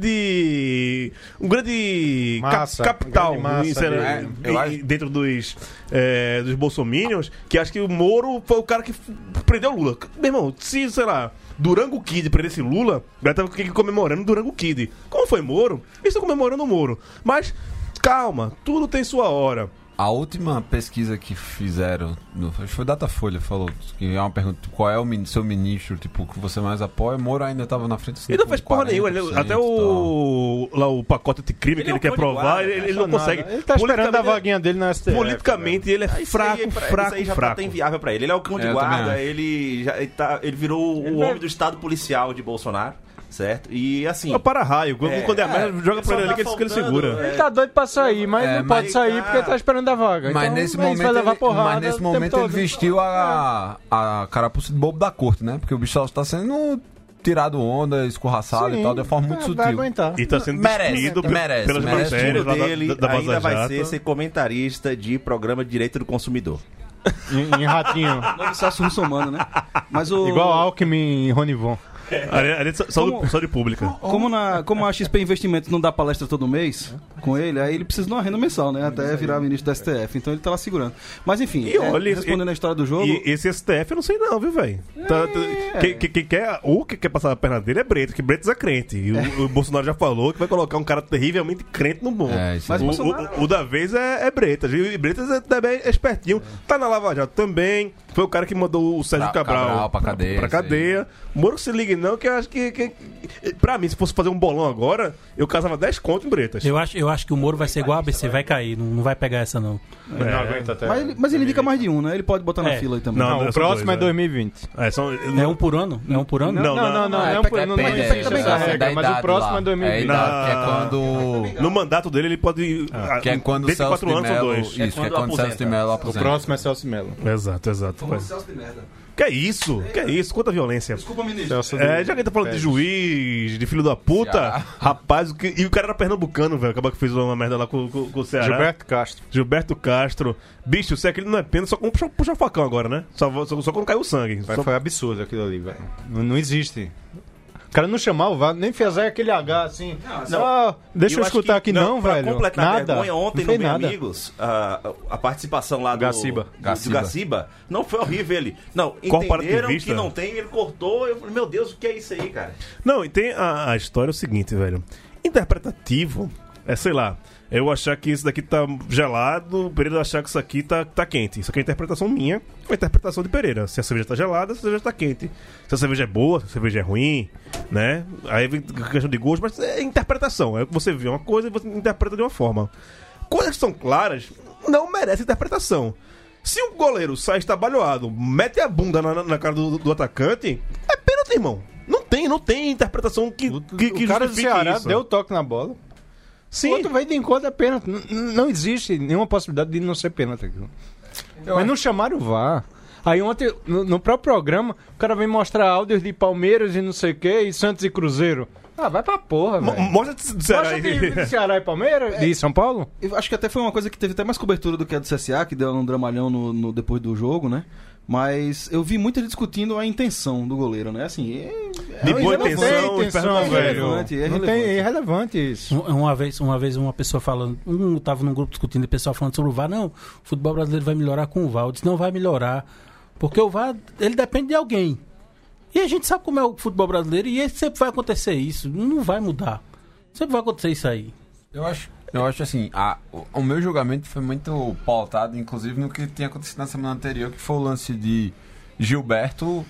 Speaker 4: grande. um grande cap-
Speaker 10: Massa, um
Speaker 4: capital
Speaker 10: grande massa
Speaker 4: isso, né?
Speaker 5: dele.
Speaker 4: E-
Speaker 5: É, eu acho-
Speaker 4: dentro dos, é, dos bolsominions, que acho que o Moro foi o cara que f- prendeu o Lula. Meu irmão, se, sei lá, Durango Kid prendesse Lula, já tava aqui comemorando Durango Kid. Como foi Moro? Eles estão comemorando o Moro. Mas, calma, tudo tem sua hora.
Speaker 5: A última pesquisa que fizeram, no, acho que foi Datafolha, falou que é uma pergunta, tipo, qual é o min- seu ministro, tipo, que você mais apoia? Moro ainda tava na frente.
Speaker 4: Ele não faz porra nenhuma. ele- é até
Speaker 7: um
Speaker 4: o. Lá o pacote de crime
Speaker 7: é
Speaker 4: que ele quer provar, ele, ele não consegue.
Speaker 10: Ele tá esperando a
Speaker 4: Politicamente-
Speaker 10: vaguinha dele na STF.
Speaker 4: Politicamente, ele é
Speaker 7: Isso aí
Speaker 4: fraco,
Speaker 7: é pra- isso
Speaker 4: fraco,
Speaker 7: aí já
Speaker 4: fraco.
Speaker 7: tá inviável pra ele. Ele é o cão de
Speaker 5: É, eu também
Speaker 7: guarda,
Speaker 5: acho.
Speaker 7: ele, já, ele, tá- ele virou o homem do estado policial de Bolsonaro, certo? E assim.
Speaker 4: É o para-raio. Quando,
Speaker 7: É.
Speaker 4: quando é a merda,
Speaker 7: só
Speaker 4: joga pra ele
Speaker 7: tá
Speaker 4: ali que ele- que ele
Speaker 7: faltando,
Speaker 4: segura.
Speaker 7: é,
Speaker 10: Ele tá doido pra sair, mas
Speaker 5: É,
Speaker 10: não
Speaker 5: mas-
Speaker 10: pode sair porque tá esperando a vaga.
Speaker 5: Mas
Speaker 10: Então,
Speaker 5: nesse
Speaker 10: aí
Speaker 5: momento,
Speaker 10: vai levar
Speaker 5: ele,
Speaker 10: porrada
Speaker 5: mas nesse
Speaker 10: o tempo
Speaker 5: momento ele
Speaker 10: todo. É.
Speaker 5: vestiu a, a carapuça de bobo da corte, né? Porque o bicho só tá sendo tirado onda, escorraçado
Speaker 10: Sim, É,
Speaker 5: e tal, de uma forma
Speaker 10: vai-
Speaker 5: muito
Speaker 10: Vai
Speaker 5: sutil.
Speaker 10: aguentar.
Speaker 4: E tá sendo
Speaker 5: Merece,
Speaker 4: destruído
Speaker 5: né? Merece,
Speaker 4: pelas
Speaker 5: merece.
Speaker 4: matérias
Speaker 7: é. o
Speaker 4: lá da-
Speaker 7: dele
Speaker 4: da, da Vaza
Speaker 7: ainda vai
Speaker 4: Jato.
Speaker 7: ser ser comentarista de programa de direito do consumidor.
Speaker 10: Em, em ratinho.
Speaker 6: Novo Sassu Russomano, né? Mas o...
Speaker 10: Igual Alckmin e Rony Von.
Speaker 4: Ali- ali só- só de- Só de pública.
Speaker 6: Como, na, como a XP Investimentos não dá palestra todo mês com ele, aí ele precisa de uma renda mensal, né? Até virar ministro da STF. Então ele tá lá segurando. Mas enfim,
Speaker 4: E
Speaker 6: é,
Speaker 4: olha,
Speaker 6: respondendo
Speaker 4: e-
Speaker 6: a história do jogo.
Speaker 4: E esse STF eu não sei não, viu, velho? Tá, tá- quem, quem- quem quer, o que quer passar a perna dele é Bretas, que Bretas é crente. E o, o Bolsonaro já falou que vai colocar um cara terrivelmente crente no bom.
Speaker 5: É, isso
Speaker 4: Mas o,
Speaker 5: aí.
Speaker 4: o- o da vez é, é Bretas. E o Bretas é, também é espertinho. Tá na Lava Jato também. Foi o cara que mandou o Sérgio
Speaker 5: Pra-
Speaker 4: Cabral,
Speaker 5: Cabral pra cadeia,
Speaker 4: Pra
Speaker 5: isso aí.
Speaker 4: cadeia. Moro se ligue não, que eu acho que, que... Pra mim, se fosse fazer um bolão agora, eu casava 10 conto em Bretas.
Speaker 8: Eu acho, eu acho que o Moro vai ser igual a ABC, vai cair, não, não vai pegar essa não.
Speaker 10: Não aguenta até.
Speaker 6: Mas ele, mas ele indica mais de um, né? Ele pode botar na
Speaker 8: É.
Speaker 6: fila aí também.
Speaker 4: É. Não,
Speaker 10: Não,
Speaker 4: são
Speaker 10: o próximo
Speaker 4: dois,
Speaker 10: é
Speaker 4: né?
Speaker 10: 2020.
Speaker 4: É, são-
Speaker 8: É um por ano? É um por ano?
Speaker 4: Não,
Speaker 10: Não, não, não.
Speaker 5: Ah, tá
Speaker 10: É um por- não
Speaker 5: Depende,
Speaker 10: tem que
Speaker 5: é,
Speaker 10: essa regra,
Speaker 5: da
Speaker 10: mas o
Speaker 5: idade lá.
Speaker 10: próximo é
Speaker 5: É, a
Speaker 10: 2020.
Speaker 5: idade, que é
Speaker 4: Não.
Speaker 5: quando...
Speaker 4: No mandato dele, ele pode. ah,
Speaker 5: Que é quando o
Speaker 4: dentro de
Speaker 5: Celso
Speaker 4: quatro
Speaker 5: de
Speaker 4: anos são
Speaker 5: Mello...
Speaker 4: dois.
Speaker 5: Isso, que é
Speaker 7: quando
Speaker 5: quando o Celso
Speaker 7: aposenta.
Speaker 5: de Mello
Speaker 10: O
Speaker 5: aposenta.
Speaker 10: próximo é Celso Melo.
Speaker 4: Exato, exato.
Speaker 6: Celso de merda.
Speaker 4: Que é isso? Que é isso? Quanta violência.
Speaker 6: Desculpa, ministro.
Speaker 10: Celso
Speaker 4: É, já que ele tá falando de juiz, de filho da puta,
Speaker 5: Ceará.
Speaker 4: rapaz, o que- e o cara era pernambucano, velho. Acabou que fez uma merda lá com, com, com o Ceará.
Speaker 10: Gilberto Castro.
Speaker 4: Gilberto Castro. Bicho, se aquele não é pena, só com puxa, puxa facão agora, né? Só, só, só quando caiu o sangue.
Speaker 10: Mas
Speaker 4: Só-
Speaker 10: foi absurdo aquilo ali, velho. Não, não existe. O cara não chamar o VAR, nem fizer aquele H assim. Não, ah, deixa eu,
Speaker 7: acho
Speaker 10: escutar
Speaker 7: que-
Speaker 10: aqui, não,
Speaker 7: pra
Speaker 10: velho.
Speaker 7: completar a
Speaker 10: Nada.
Speaker 7: vergonha, ontem
Speaker 10: não foi
Speaker 7: no Bem
Speaker 10: nada.
Speaker 7: Amigos, a, a participação lá do
Speaker 10: Gaciba.
Speaker 7: do- do
Speaker 5: Gaciba.
Speaker 7: Gaciba não foi horrível ele. Não, entenderam
Speaker 4: Corporativista.
Speaker 7: que não tem, ele cortou. Eu falei, meu Deus, o que é isso aí, cara?
Speaker 4: Não, e tem a, a história é o seguinte, velho. Interpretativo é, sei lá, eu achar que isso daqui tá gelado, o Pereira achar que isso aqui tá, tá quente. Isso aqui é interpretação minha, é interpretação de Pereira. Se a cerveja tá gelada, se a cerveja tá quente. Se a cerveja é boa, se a cerveja é ruim, né? Aí vem questão de gosto, mas é interpretação. É você vê uma coisa e você interpreta de uma forma. Coisas que são claras não merecem interpretação. Se um goleiro sai estabalhoado, mete a bunda na, na- na cara do, do atacante, é pênalti, irmão. Não tem tem, não tem interpretação que, que, que
Speaker 10: o cara do
Speaker 4: justifique
Speaker 10: Ceará
Speaker 4: isso.
Speaker 10: deu o toque na bola.
Speaker 4: Sim.
Speaker 10: O outro veio de encontro é pênalti. N- n- Não existe nenhuma possibilidade de não ser pênalti aquilo. Mas não chamaram o VAR. Aí ontem, no, no próprio programa, o cara vem mostrar áudios de Palmeiras e não sei o que, e Santos e Cruzeiro. Ah, vai pra porra,
Speaker 4: Mo-
Speaker 10: velho.
Speaker 4: Mostra do Ceará
Speaker 10: Mostra
Speaker 4: aí.
Speaker 10: de, de Ceará e Palmeiras? De São Paulo?
Speaker 6: Eu acho que até foi uma coisa que teve até mais cobertura do que a do CSA, que deu um dramalhão no, no- depois do jogo, né? Mas eu vi muita gente discutindo a intenção do goleiro, né? Assim, é, é
Speaker 4: De boa
Speaker 6: irrelevante.
Speaker 4: intenção,
Speaker 6: é
Speaker 4: intenção, velho.
Speaker 6: irrelevante, é
Speaker 10: não tem, é
Speaker 6: irrelevante.
Speaker 10: irrelevante isso.
Speaker 8: Um- Uma vez, uma vez uma pessoa falando, um tava num grupo discutindo, e o pessoal falando sobre o VAR, não, o futebol brasileiro vai melhorar com o VAR. Eu disse, não vai melhorar, porque o VAR, ele depende de alguém. E a gente sabe como é o futebol brasileiro e sempre vai acontecer isso, não vai mudar. Sempre vai acontecer isso aí.
Speaker 5: Eu acho, eu acho assim, a- o, o meu julgamento foi muito pautado, inclusive, no que tinha acontecido na semana anterior, que foi o lance de Gilberto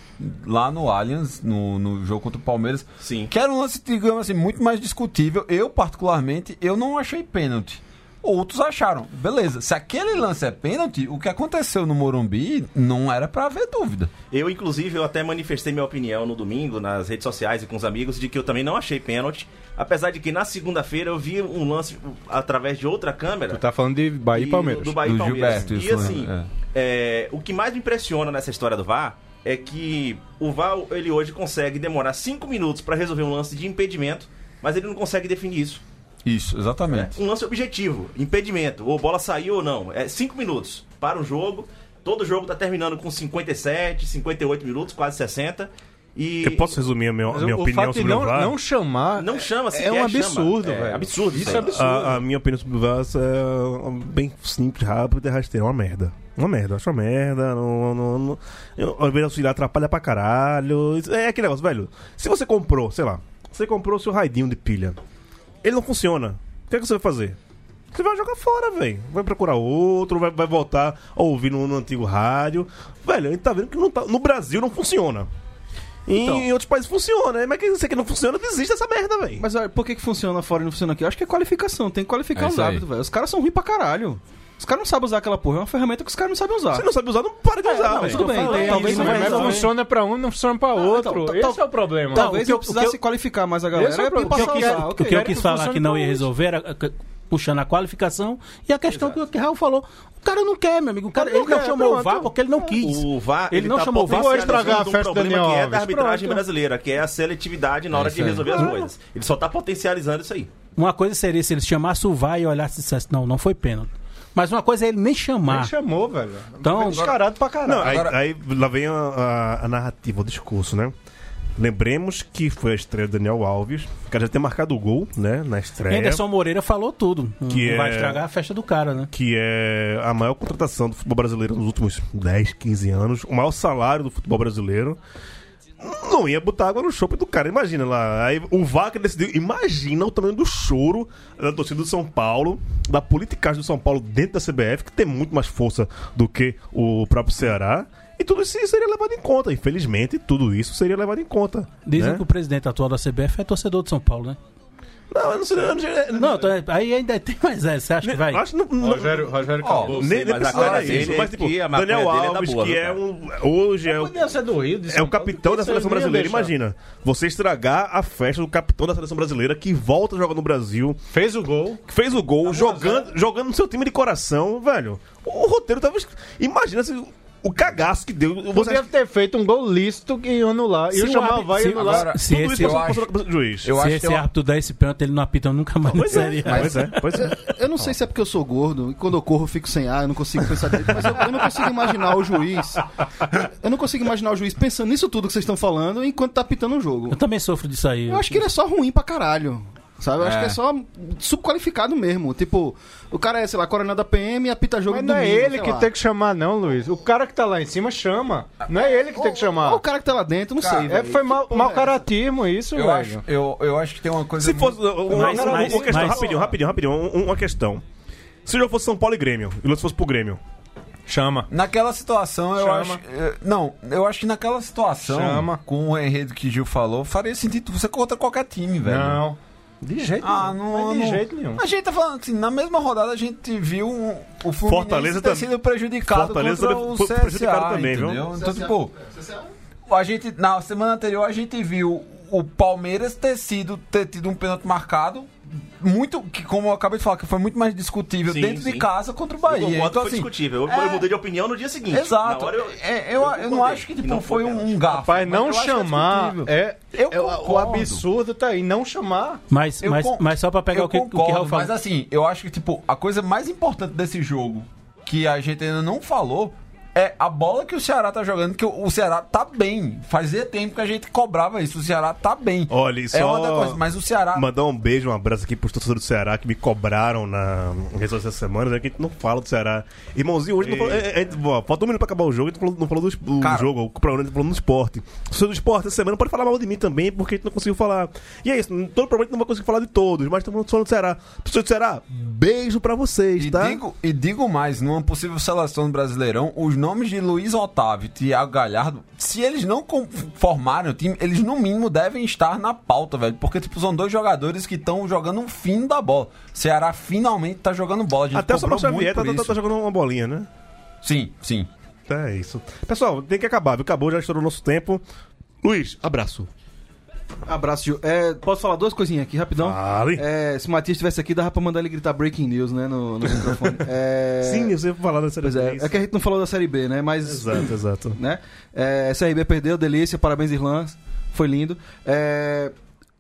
Speaker 5: lá no Allianz, no, no jogo contra o Palmeiras.
Speaker 7: Sim.
Speaker 5: Que era um lance, digamos assim, muito mais discutível. Eu, particularmente, eu não achei pênalti. Outros acharam. Beleza, se aquele lance é pênalti, o que aconteceu no Morumbi não era pra haver dúvida.
Speaker 7: Eu, inclusive, eu até manifestei minha opinião no domingo, nas redes sociais e com os amigos, de que eu também não achei pênalti. Apesar de que na segunda-feira eu vi um lance através de outra câmera.
Speaker 10: Tu tá falando de Bahia e Palmeiras.
Speaker 7: Do Bahia e
Speaker 5: Do
Speaker 7: Palmeiras.
Speaker 5: Gilberto,
Speaker 7: e
Speaker 5: isso,
Speaker 7: assim,
Speaker 5: né?
Speaker 7: é, o que mais me impressiona nessa história do VAR é que o VAR, ele hoje consegue demorar 5 minutos pra resolver um lance de impedimento, mas ele não consegue definir isso.
Speaker 5: Isso, exatamente.
Speaker 4: É.
Speaker 7: Um lance objetivo, impedimento, ou bola saiu ou não. É 5 minutos para o jogo. Todo jogo tá terminando com 57, 58 minutos, quase 60. E
Speaker 4: Eu posso resumir a minha, a
Speaker 10: Mas
Speaker 4: minha
Speaker 10: o- o
Speaker 4: opinião
Speaker 10: fato de
Speaker 4: sobre
Speaker 10: não,
Speaker 4: o VAR?
Speaker 10: não chamar
Speaker 7: não chama
Speaker 10: é um absurdo, velho.
Speaker 7: absurdo
Speaker 10: Isso
Speaker 7: aí.
Speaker 10: é absurdo.
Speaker 4: A, a minha opinião sobre o Vasco é bem simples, rápida e rasteira. Uma merda. Uma merda, acho uma merda. Não, não, não, eu- o Oliveira Auxiliar atrapalha pra caralho. Isso- É aquele negócio, velho. Se você comprou, sei lá, você comprou o seu raidinho de pilha, ele não funciona. O que, é que você vai fazer? Você vai jogar fora, velho. Vai procurar outro, vai, vai voltar a ouvir no, no antigo rádio. Velho, a gente tá vendo que não tá- no Brasil não funciona. E
Speaker 6: Então.
Speaker 4: em outros países funciona, né? mas que você que não funciona, desiste dessa merda, velho.
Speaker 6: Mas olha, por que, que funciona fora e não funciona aqui? Eu acho que é qualificação, tem que qualificar
Speaker 5: É
Speaker 6: os
Speaker 5: isso aí.
Speaker 6: árbitros, velho. Os caras são ruins pra caralho. Os caras não sabem usar aquela porra, é uma ferramenta que os caras não sabem usar.
Speaker 4: Se não sabe usar, não para de usar,
Speaker 6: É, não,
Speaker 4: velho.
Speaker 6: tudo bem,
Speaker 4: Falei
Speaker 6: talvez
Speaker 4: isso,
Speaker 6: não vai
Speaker 4: mas
Speaker 10: Mas
Speaker 6: resolver.
Speaker 4: funciona.
Speaker 10: funciona pra um, não funciona pra outro.
Speaker 6: então, tal-
Speaker 10: Esse é o problema.
Speaker 6: Talvez
Speaker 8: Não,
Speaker 6: eu
Speaker 8: o que eu- o
Speaker 6: precisasse
Speaker 8: que eu-
Speaker 6: qualificar mais a
Speaker 10: Esse é o
Speaker 6: galera é
Speaker 10: problema.
Speaker 8: O que eu
Speaker 6: passar a
Speaker 8: quis,
Speaker 6: usar.
Speaker 8: o
Speaker 6: ok.
Speaker 8: que eu
Speaker 10: Quero que
Speaker 8: quis falar
Speaker 10: funcione
Speaker 8: que não
Speaker 10: pra então
Speaker 8: ia
Speaker 10: hoje.
Speaker 8: resolver era eh, c- puxando a qualificação e a questão que o que Raul falou. O cara não quer, meu amigo. O cara, ele não
Speaker 10: quer,
Speaker 8: chamou o
Speaker 10: pronto.
Speaker 8: VAR porque ele não
Speaker 4: É.
Speaker 8: quis.
Speaker 7: O VAR,
Speaker 8: Ele não
Speaker 7: tá
Speaker 8: chamou o VAR.
Speaker 7: potencializando
Speaker 10: Vou estragar a
Speaker 7: um
Speaker 10: festa do
Speaker 7: problema
Speaker 10: Daniel
Speaker 7: que é
Speaker 10: Alves.
Speaker 7: da arbitragem
Speaker 10: Pronto.
Speaker 7: brasileira, que é a seletividade na hora
Speaker 5: isso
Speaker 7: de
Speaker 5: aí.
Speaker 7: resolver as coisas. Ele só tá potencializando isso aí.
Speaker 8: Uma coisa seria se ele chamasse o VAR e olhasse e dissesse, não, não foi pênalti. Mas uma coisa é ele nem chamar.
Speaker 10: Ele chamou, velho.
Speaker 8: Então,
Speaker 10: Foi descarado pra caralho.
Speaker 4: Não, aí,
Speaker 5: Agora-
Speaker 4: aí lá vem a, a- a narrativa, o discurso, né? Lembremos que foi a estreia do Daniel Alves. O cara já tem marcado o gol, né? Na estreia.
Speaker 8: Anderson Moreira falou tudo.
Speaker 4: Que
Speaker 8: não vai
Speaker 4: é-
Speaker 8: estragar a festa do cara, né?
Speaker 4: Que é a maior contratação do futebol brasileiro nos últimos 10, 15 anos. O maior salário do futebol brasileiro. Não ia botar água no chope do cara, imagina lá. Aí o Vaca decidiu. Imagina o tamanho do choro da torcida do São Paulo, da politicagem do São Paulo dentro da CBF, que tem muito mais força do que o próprio Ceará. E tudo isso seria levado em conta. Infelizmente, tudo isso seria levado em conta.
Speaker 8: Dizem
Speaker 4: né?
Speaker 8: que o presidente atual da CBF é torcedor de São Paulo, né?
Speaker 4: Não, eu não sei. Eu não, sei-
Speaker 8: Não, então, aí ainda tem mais essa. Você acha que vai?
Speaker 4: Né, acho que não- não-
Speaker 10: Rogério, Rogério acabou.
Speaker 4: nem, nem
Speaker 7: mas a
Speaker 4: precisa
Speaker 7: cara
Speaker 4: disso.
Speaker 7: dele
Speaker 4: Mas,
Speaker 7: é
Speaker 4: tipo,
Speaker 7: que a maconha
Speaker 4: Daniel
Speaker 7: dele é da
Speaker 4: Alves,
Speaker 7: boa,
Speaker 4: que
Speaker 7: viu,
Speaker 4: é
Speaker 7: cara?
Speaker 4: um. Hoje é o
Speaker 10: ser do Rio, de
Speaker 4: É
Speaker 10: São
Speaker 4: o
Speaker 10: Paulo,
Speaker 4: capitão da
Speaker 10: isso eu
Speaker 4: seleção
Speaker 10: não ia
Speaker 4: brasileira.
Speaker 10: deixar.
Speaker 4: Imagina, você estragar a festa do capitão da seleção brasileira que volta a jogar no Brasil,
Speaker 10: Fez o gol.
Speaker 4: que fez o gol, jogando, jogando no seu time de coração, velho. O roteiro tava. es- Imagina se, o cagaço que deu. Você
Speaker 10: Podia
Speaker 4: acha
Speaker 10: ter feito um gol lícito e anular. E
Speaker 8: Se
Speaker 10: eu
Speaker 8: o
Speaker 10: chamar
Speaker 8: árbitro-
Speaker 10: o VAR e
Speaker 8: se-
Speaker 10: anular.
Speaker 5: Agora,
Speaker 8: Se
Speaker 4: tudo
Speaker 8: esse,
Speaker 4: isso passou
Speaker 5: acho-
Speaker 4: pela cabeça do juiz.
Speaker 5: Eu
Speaker 8: se
Speaker 5: acho que
Speaker 8: esse
Speaker 5: eu-
Speaker 8: árbitro der esse pênalti, ele não apita nunca mais na
Speaker 4: Pois é,
Speaker 8: série. A.
Speaker 4: pois é, pois é.
Speaker 11: Eu não sei se é porque eu sou gordo e quando eu corro eu fico sem ar, eu não consigo pensar direito, mas eu, eu não consigo imaginar o juiz. Eu não consigo imaginar o juiz pensando nisso tudo que vocês estão falando enquanto tá pitando um
Speaker 8: Eu
Speaker 6: é.
Speaker 11: jogo.
Speaker 8: também sofro disso aí.
Speaker 11: Eu acho que ele é só ruim pra caralho. Sabe? Eu acho
Speaker 5: É.
Speaker 11: que é só subqualificado mesmo. Tipo, o cara é, sei lá, coronel da PM e apita jogo
Speaker 10: Mas
Speaker 11: de
Speaker 10: não é
Speaker 11: domingo,
Speaker 10: ele
Speaker 11: sei
Speaker 10: que
Speaker 11: lá.
Speaker 10: tem que chamar, não, Luiz. O cara que tá lá em cima chama. Não é ele que tem que
Speaker 11: Ou
Speaker 10: chamar.
Speaker 11: o cara que tá lá dentro, não
Speaker 5: Cara,
Speaker 11: sei.
Speaker 10: É,
Speaker 11: velho.
Speaker 10: foi mau
Speaker 11: porra
Speaker 10: mau
Speaker 11: é
Speaker 10: caratismo isso,
Speaker 5: Eu
Speaker 10: velho.
Speaker 5: acho, eu, eu acho que tem uma coisa.
Speaker 4: Se fosse. uh, Uma,
Speaker 8: Mas-
Speaker 4: uma- uma
Speaker 8: mas-
Speaker 4: questão,
Speaker 8: mas-
Speaker 4: rapidinho, rapidinho, rapidinho. um- Uma questão. Se o jogo fosse São Paulo e Grêmio, e o lance fosse pro Grêmio.
Speaker 10: Chama.
Speaker 5: Naquela situação, eu
Speaker 10: Chama.
Speaker 5: acho. eh, Não, eu acho que naquela situação,
Speaker 10: Chama.
Speaker 5: com o enredo que Gil falou, faria sentido você contra qualquer time, velho.
Speaker 10: Não. De jeito
Speaker 5: Ah,
Speaker 10: Mas
Speaker 5: não.
Speaker 10: de
Speaker 5: não.
Speaker 10: jeito nenhum.
Speaker 5: A gente tá falando assim, na mesma rodada a gente viu um, o Fluminense
Speaker 4: Fortaleza
Speaker 5: ter
Speaker 4: tam-
Speaker 5: sido prejudicado
Speaker 4: Fortaleza
Speaker 5: contra
Speaker 4: também
Speaker 5: o
Speaker 4: foi
Speaker 5: CSA,
Speaker 4: prejudicado também, viu?
Speaker 5: entendeu? Então, tipo, a gente, na semana anterior a gente viu o Palmeiras ter sido ter tido um pênalti marcado muito que como eu acabei de falar que foi muito mais discutível
Speaker 7: Sim,
Speaker 5: dentro
Speaker 7: sim.
Speaker 5: de casa contra o Bahia.
Speaker 7: Eu concordo
Speaker 5: então
Speaker 7: que foi
Speaker 5: assim,
Speaker 7: discutível. Eu,
Speaker 5: é-
Speaker 7: eu mudei de opinião no dia seguinte.
Speaker 5: Exato.
Speaker 7: Na hora eu,
Speaker 5: É, eu, eu, não
Speaker 7: concordei
Speaker 5: acho que tipo,
Speaker 7: não
Speaker 5: foi um, um gafo.
Speaker 10: Rapaz,
Speaker 5: mas eu
Speaker 10: não
Speaker 5: acho que é
Speaker 10: chamar.
Speaker 5: discutível.
Speaker 10: É,
Speaker 5: Eu
Speaker 10: é- o
Speaker 5: concordo.
Speaker 10: absurdo tá aí, não chamar.
Speaker 8: Mas,
Speaker 5: Eu
Speaker 8: mas,
Speaker 5: con-
Speaker 8: mas só pra pegar
Speaker 5: eu
Speaker 8: o que, o que
Speaker 5: concordo,
Speaker 8: o Raul falou.
Speaker 5: Mas assim, eu acho que, tipo, a coisa mais importante desse jogo, que a gente ainda não falou, é a bola que o Ceará tá jogando, que o o Ceará tá bem. Fazia tempo que a gente cobrava isso, o Ceará tá bem.
Speaker 4: Olha,
Speaker 5: isso é
Speaker 4: só-
Speaker 5: uma das coisas, mas o Ceará.
Speaker 4: Mandar um beijo, um abraço aqui pros torcedores do Ceará que me cobraram na redes essa semana, né? Que a gente não fala do Ceará. Irmãozinho, hoje não falou, é, é, ó, falta um minuto pra acabar o jogo, a gente falou- não falou do, es- do
Speaker 5: Cara.
Speaker 4: jogo, o programa a gente falou do esporte. Torcedor do esporte essa semana pode falar mal de mim também, porque a gente não conseguiu falar. E é isso, todo problema a gente não vai conseguir falar de todos, mas estamos falando do Ceará. Torcedor do Ceará, beijo pra vocês,
Speaker 5: E,
Speaker 4: tá?
Speaker 5: digo, e digo mais, numa possível seleção do Brasileirão, os nomes de Luiz Otávio e Thiago Galhardo, se eles não com- formarem o time, eles no mínimo devem estar na pauta, velho. Porque, tipo, são dois jogadores que estão jogando um fino da bola. Ceará finalmente tá jogando bola. A gente
Speaker 4: Até o
Speaker 5: cobrou
Speaker 4: Samuel Xavier
Speaker 5: muito
Speaker 4: tá,
Speaker 5: por
Speaker 4: tá- tá
Speaker 5: isso.
Speaker 4: jogando uma bolinha, né?
Speaker 5: Sim, sim.
Speaker 4: É isso. Pessoal, tem que acabar, viu? Acabou, já estourou nosso tempo. Luiz, abraço.
Speaker 6: Abraço, Gil. É, posso falar duas coisinhas aqui, rapidão?
Speaker 5: Então,
Speaker 4: Fale.
Speaker 6: É, se o Matias estivesse aqui, dava pra mandar ele gritar breaking news, né? No, no microfone. É,
Speaker 4: Sim, eu sei falar da série
Speaker 6: Pois é,
Speaker 4: três.
Speaker 6: é que a gente não falou da Série B, né? Mas.
Speaker 4: Exato, exato.
Speaker 6: né? É, CRB perdeu, delícia, parabéns Irlã, foi lindo. É,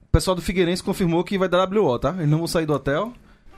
Speaker 6: o pessoal do Figueirense confirmou que vai dar WO, tá? Eles não vão sair do hotel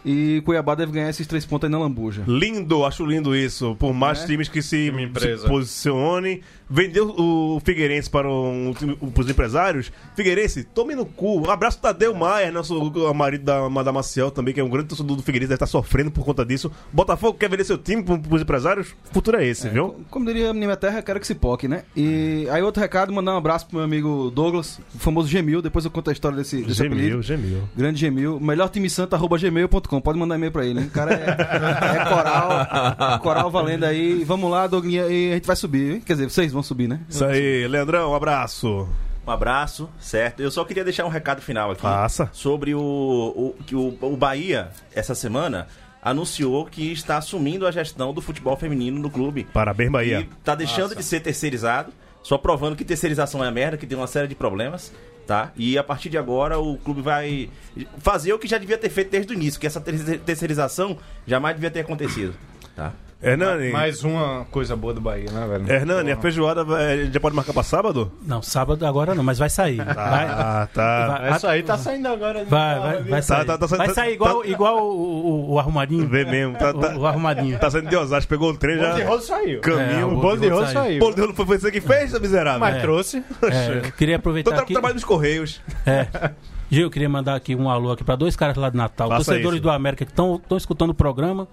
Speaker 6: e Cuiabá deve ganhar esses três pontos aí na lambuja.
Speaker 4: Lindo, acho lindo isso. Por mais times que se, se posicione. Vendeu o Figueirense para um, time- os empresários. Figueirense, tome no cu. Um abraço pro Tadeu Maia, nosso marido da, da Maciel também, que é um grande torcedor do Figueirense, deve estar sofrendo por conta disso. Botafogo quer vender seu time para os empresários? O futuro é esse, viu?
Speaker 6: Como diria a minha terra, quero que se poque, né? E aí outro recado, mandar um abraço pro meu amigo Douglas, o famoso Gemil, depois eu conto a história desse, desse apelido.
Speaker 4: gemiu.
Speaker 6: Grande Gemil, melhor time santo, arroba gmail.com. Pode mandar e-mail pra ele, hein? O cara é, é coral, coral valendo aí. Vamos lá, Douglinha, e a gente vai subir, hein? Quer dizer, vocês vão subir, né?
Speaker 4: Isso aí, Leandrão, um abraço.
Speaker 7: Um abraço, certo? Eu só queria deixar um recado final aqui.
Speaker 4: Faça.
Speaker 7: Sobre o, o que o, o Bahia, essa semana, anunciou que está assumindo a gestão do futebol feminino no clube.
Speaker 4: Parabéns, Bahia.
Speaker 7: E tá deixando de ser terceirizado, só provando que terceirização é merda, que tem uma série de problemas, tá? E a partir de agora o clube vai fazer o que já devia ter feito desde o início, que essa terce- terceirização jamais devia ter acontecido, tá?
Speaker 4: Hernani,
Speaker 10: Mais uma coisa boa do Bahia, né, velho?
Speaker 4: Hernani a feijoada eh, já pode marcar para sábado?
Speaker 5: assim-
Speaker 8: Não, sábado agora não, mas vai sair. Vai,
Speaker 4: Ah, tá.
Speaker 8: vai,
Speaker 10: Essa aí tá saindo agora. né?
Speaker 8: vai, vai, vai sair.
Speaker 4: tá- tá- tá-
Speaker 8: vai sair igual,
Speaker 4: tá-
Speaker 8: igual o, o- o arrumadinho.
Speaker 4: Vê mesmo, tá, tá,
Speaker 8: O, o arrumadinho.
Speaker 4: tá saindo de Osasco, pegou o trem
Speaker 10: O bolo de
Speaker 4: já.
Speaker 10: rolo saiu.
Speaker 4: Caminho,
Speaker 8: É, o
Speaker 4: o
Speaker 8: bolo
Speaker 4: bolo de
Speaker 8: de
Speaker 4: rolo
Speaker 8: rolo
Speaker 4: saiu.
Speaker 8: saiu.
Speaker 4: Bolo de rolo foi você que fez, seu miserável.
Speaker 10: Mas
Speaker 4: É.
Speaker 10: trouxe.
Speaker 8: É, eu queria
Speaker 4: Tô
Speaker 8: aproveitar
Speaker 4: tra
Speaker 8: aqui.
Speaker 4: trabalhando nos Correios.
Speaker 8: É. Gil, eu queria mandar aqui um alô aqui para dois caras lá de Natal,
Speaker 4: Faça
Speaker 8: torcedores
Speaker 4: isso.
Speaker 8: do América que estão escutando o programa.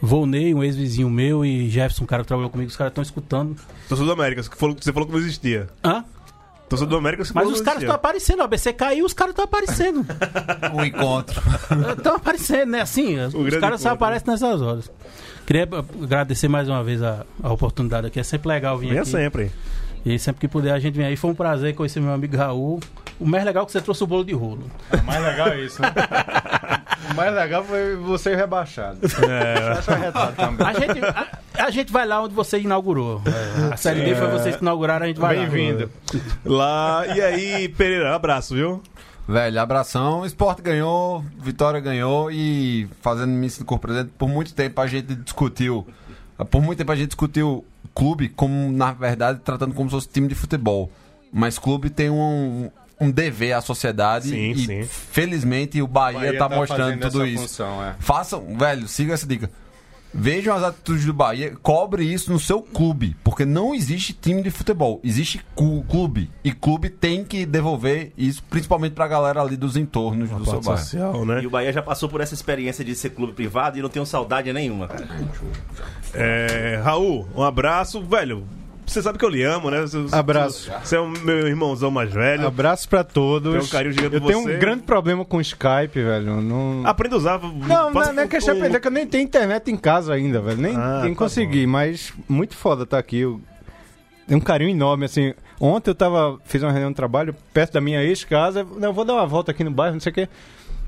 Speaker 8: Volney, um ex-vizinho meu, e Jefferson, um cara que trabalhou comigo, os caras estão escutando.
Speaker 4: Torcedor do América, você falou, você falou que não existia.
Speaker 8: Hã?
Speaker 4: Torcedor do América, você
Speaker 8: Mas
Speaker 4: falou que
Speaker 8: os
Speaker 4: não
Speaker 8: caras estão
Speaker 4: existia.
Speaker 8: aparecendo, o ABC caiu, os caras estão aparecendo.
Speaker 5: O encontro.
Speaker 8: Estão aparecendo, né? Assim, os
Speaker 4: grande
Speaker 8: caras só
Speaker 4: encontro.
Speaker 8: aparecem nessas horas. Queria eh, agradecer mais uma vez a, a oportunidade aqui. É sempre legal vir
Speaker 4: Venha
Speaker 8: aqui.
Speaker 4: sempre.
Speaker 8: E sempre que puder a gente vem aí. Foi um prazer conhecer meu amigo Raul. O mais legal é que você trouxe o bolo de rolo.
Speaker 10: O mais legal é isso, né? O mais legal foi você rebaixado. Acho arretado também.
Speaker 8: A gente, a, a gente vai lá onde você inaugurou. A
Speaker 4: É.
Speaker 8: série D foi vocês que inauguraram, a gente vai lá.
Speaker 10: Bem-vindo.
Speaker 4: Lá, Ah, e aí, Pereira, um abraço, viu?
Speaker 5: Velho, abração. Esporte ganhou, Vitória ganhou e fazendo Miss do Corpo Presente, por muito tempo a gente discutiu. Por muito tempo a gente discutiu clube como, na verdade, tratando como se fosse time de futebol. Mas clube tem um, um dever à sociedade
Speaker 4: Sim,
Speaker 5: e
Speaker 4: sim.
Speaker 5: felizmente o Bahia, tá, mostrando
Speaker 10: fazendo
Speaker 5: tudo
Speaker 10: essa
Speaker 5: isso.
Speaker 10: função, é.
Speaker 5: Façam, velho, siga essa dica. Vejam as atitudes do Bahia, cobre isso no seu clube, porque não existe time de futebol, existe cu- clube. E clube tem que devolver isso, principalmente pra galera ali dos entornos do seu bairro.
Speaker 4: Social, né?
Speaker 7: E o Bahia já passou por essa experiência de ser clube privado e não tenho saudade nenhuma.
Speaker 4: É, Raul, um abraço, velho. Você sabe que eu lhe amo, né? Você-
Speaker 10: Abraço.
Speaker 4: Você é o meu irmãozão mais velho.
Speaker 10: Abraço pra todos.
Speaker 4: Tenho um carinho gigante
Speaker 10: Eu
Speaker 4: por
Speaker 10: tenho
Speaker 4: você. Ah,
Speaker 10: um grande problema com o Skype, velho. Não,
Speaker 4: Aprenda a usar.
Speaker 10: não,
Speaker 4: faça
Speaker 10: não, não é
Speaker 4: um-
Speaker 10: questão de
Speaker 4: um-
Speaker 10: aprender, que eu nem tenho internet em casa ainda, velho. Nem,
Speaker 4: Ah,
Speaker 10: nem
Speaker 4: tá
Speaker 10: consegui, mas muito foda tá aqui. Eu... Tem um carinho enorme, assim. Ontem eu tava, fiz uma reunião de trabalho perto da minha ex-casa. Não, eu vou dar uma volta aqui no bairro, não sei o quê.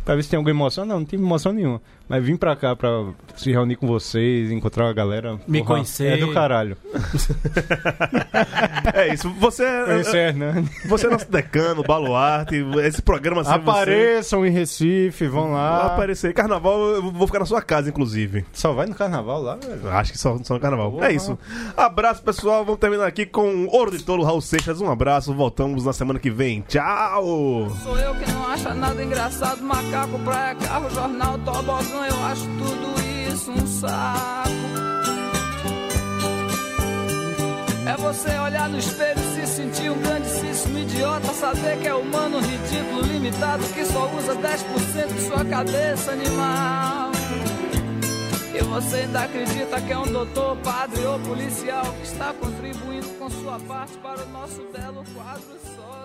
Speaker 10: Pra ver se tem alguma emoção. Não, não tive emoção nenhuma. Mas vim pra cá pra se reunir com vocês, encontrar uma galera.
Speaker 8: Me
Speaker 10: Porra,
Speaker 8: conhecer.
Speaker 10: É do caralho.
Speaker 4: É isso. Você
Speaker 10: Conhecer né?
Speaker 4: é,
Speaker 10: Hernani.
Speaker 4: você é nosso decano, baluarte. Esse programa assim, sem você.
Speaker 10: Apareçam em Recife,
Speaker 4: Vai
Speaker 10: vão lá.
Speaker 4: aparecer. Carnaval, eu vou ficar na sua casa, inclusive.
Speaker 10: Só vai no carnaval lá, velho.
Speaker 4: Acho que só, só no carnaval. É isso. Abraço, pessoal. Vamos terminar aqui com Ouro de Tolo, Raul Seixas. Um abraço. Voltamos na semana que vem. Tchau!
Speaker 3: Sou eu que não acha nada engraçado, macaco, praia, carro, jornal, tobogã, eu acho tudo isso um saco. É você olhar no espelho, se sentir um grandíssimo idiota, saber que é humano, ridículo, limitado, que só usa 10% de sua cabeça animal. E você ainda acredita que é um doutor, padre ou policial que está contribuindo com sua parte para o nosso belo quadro só.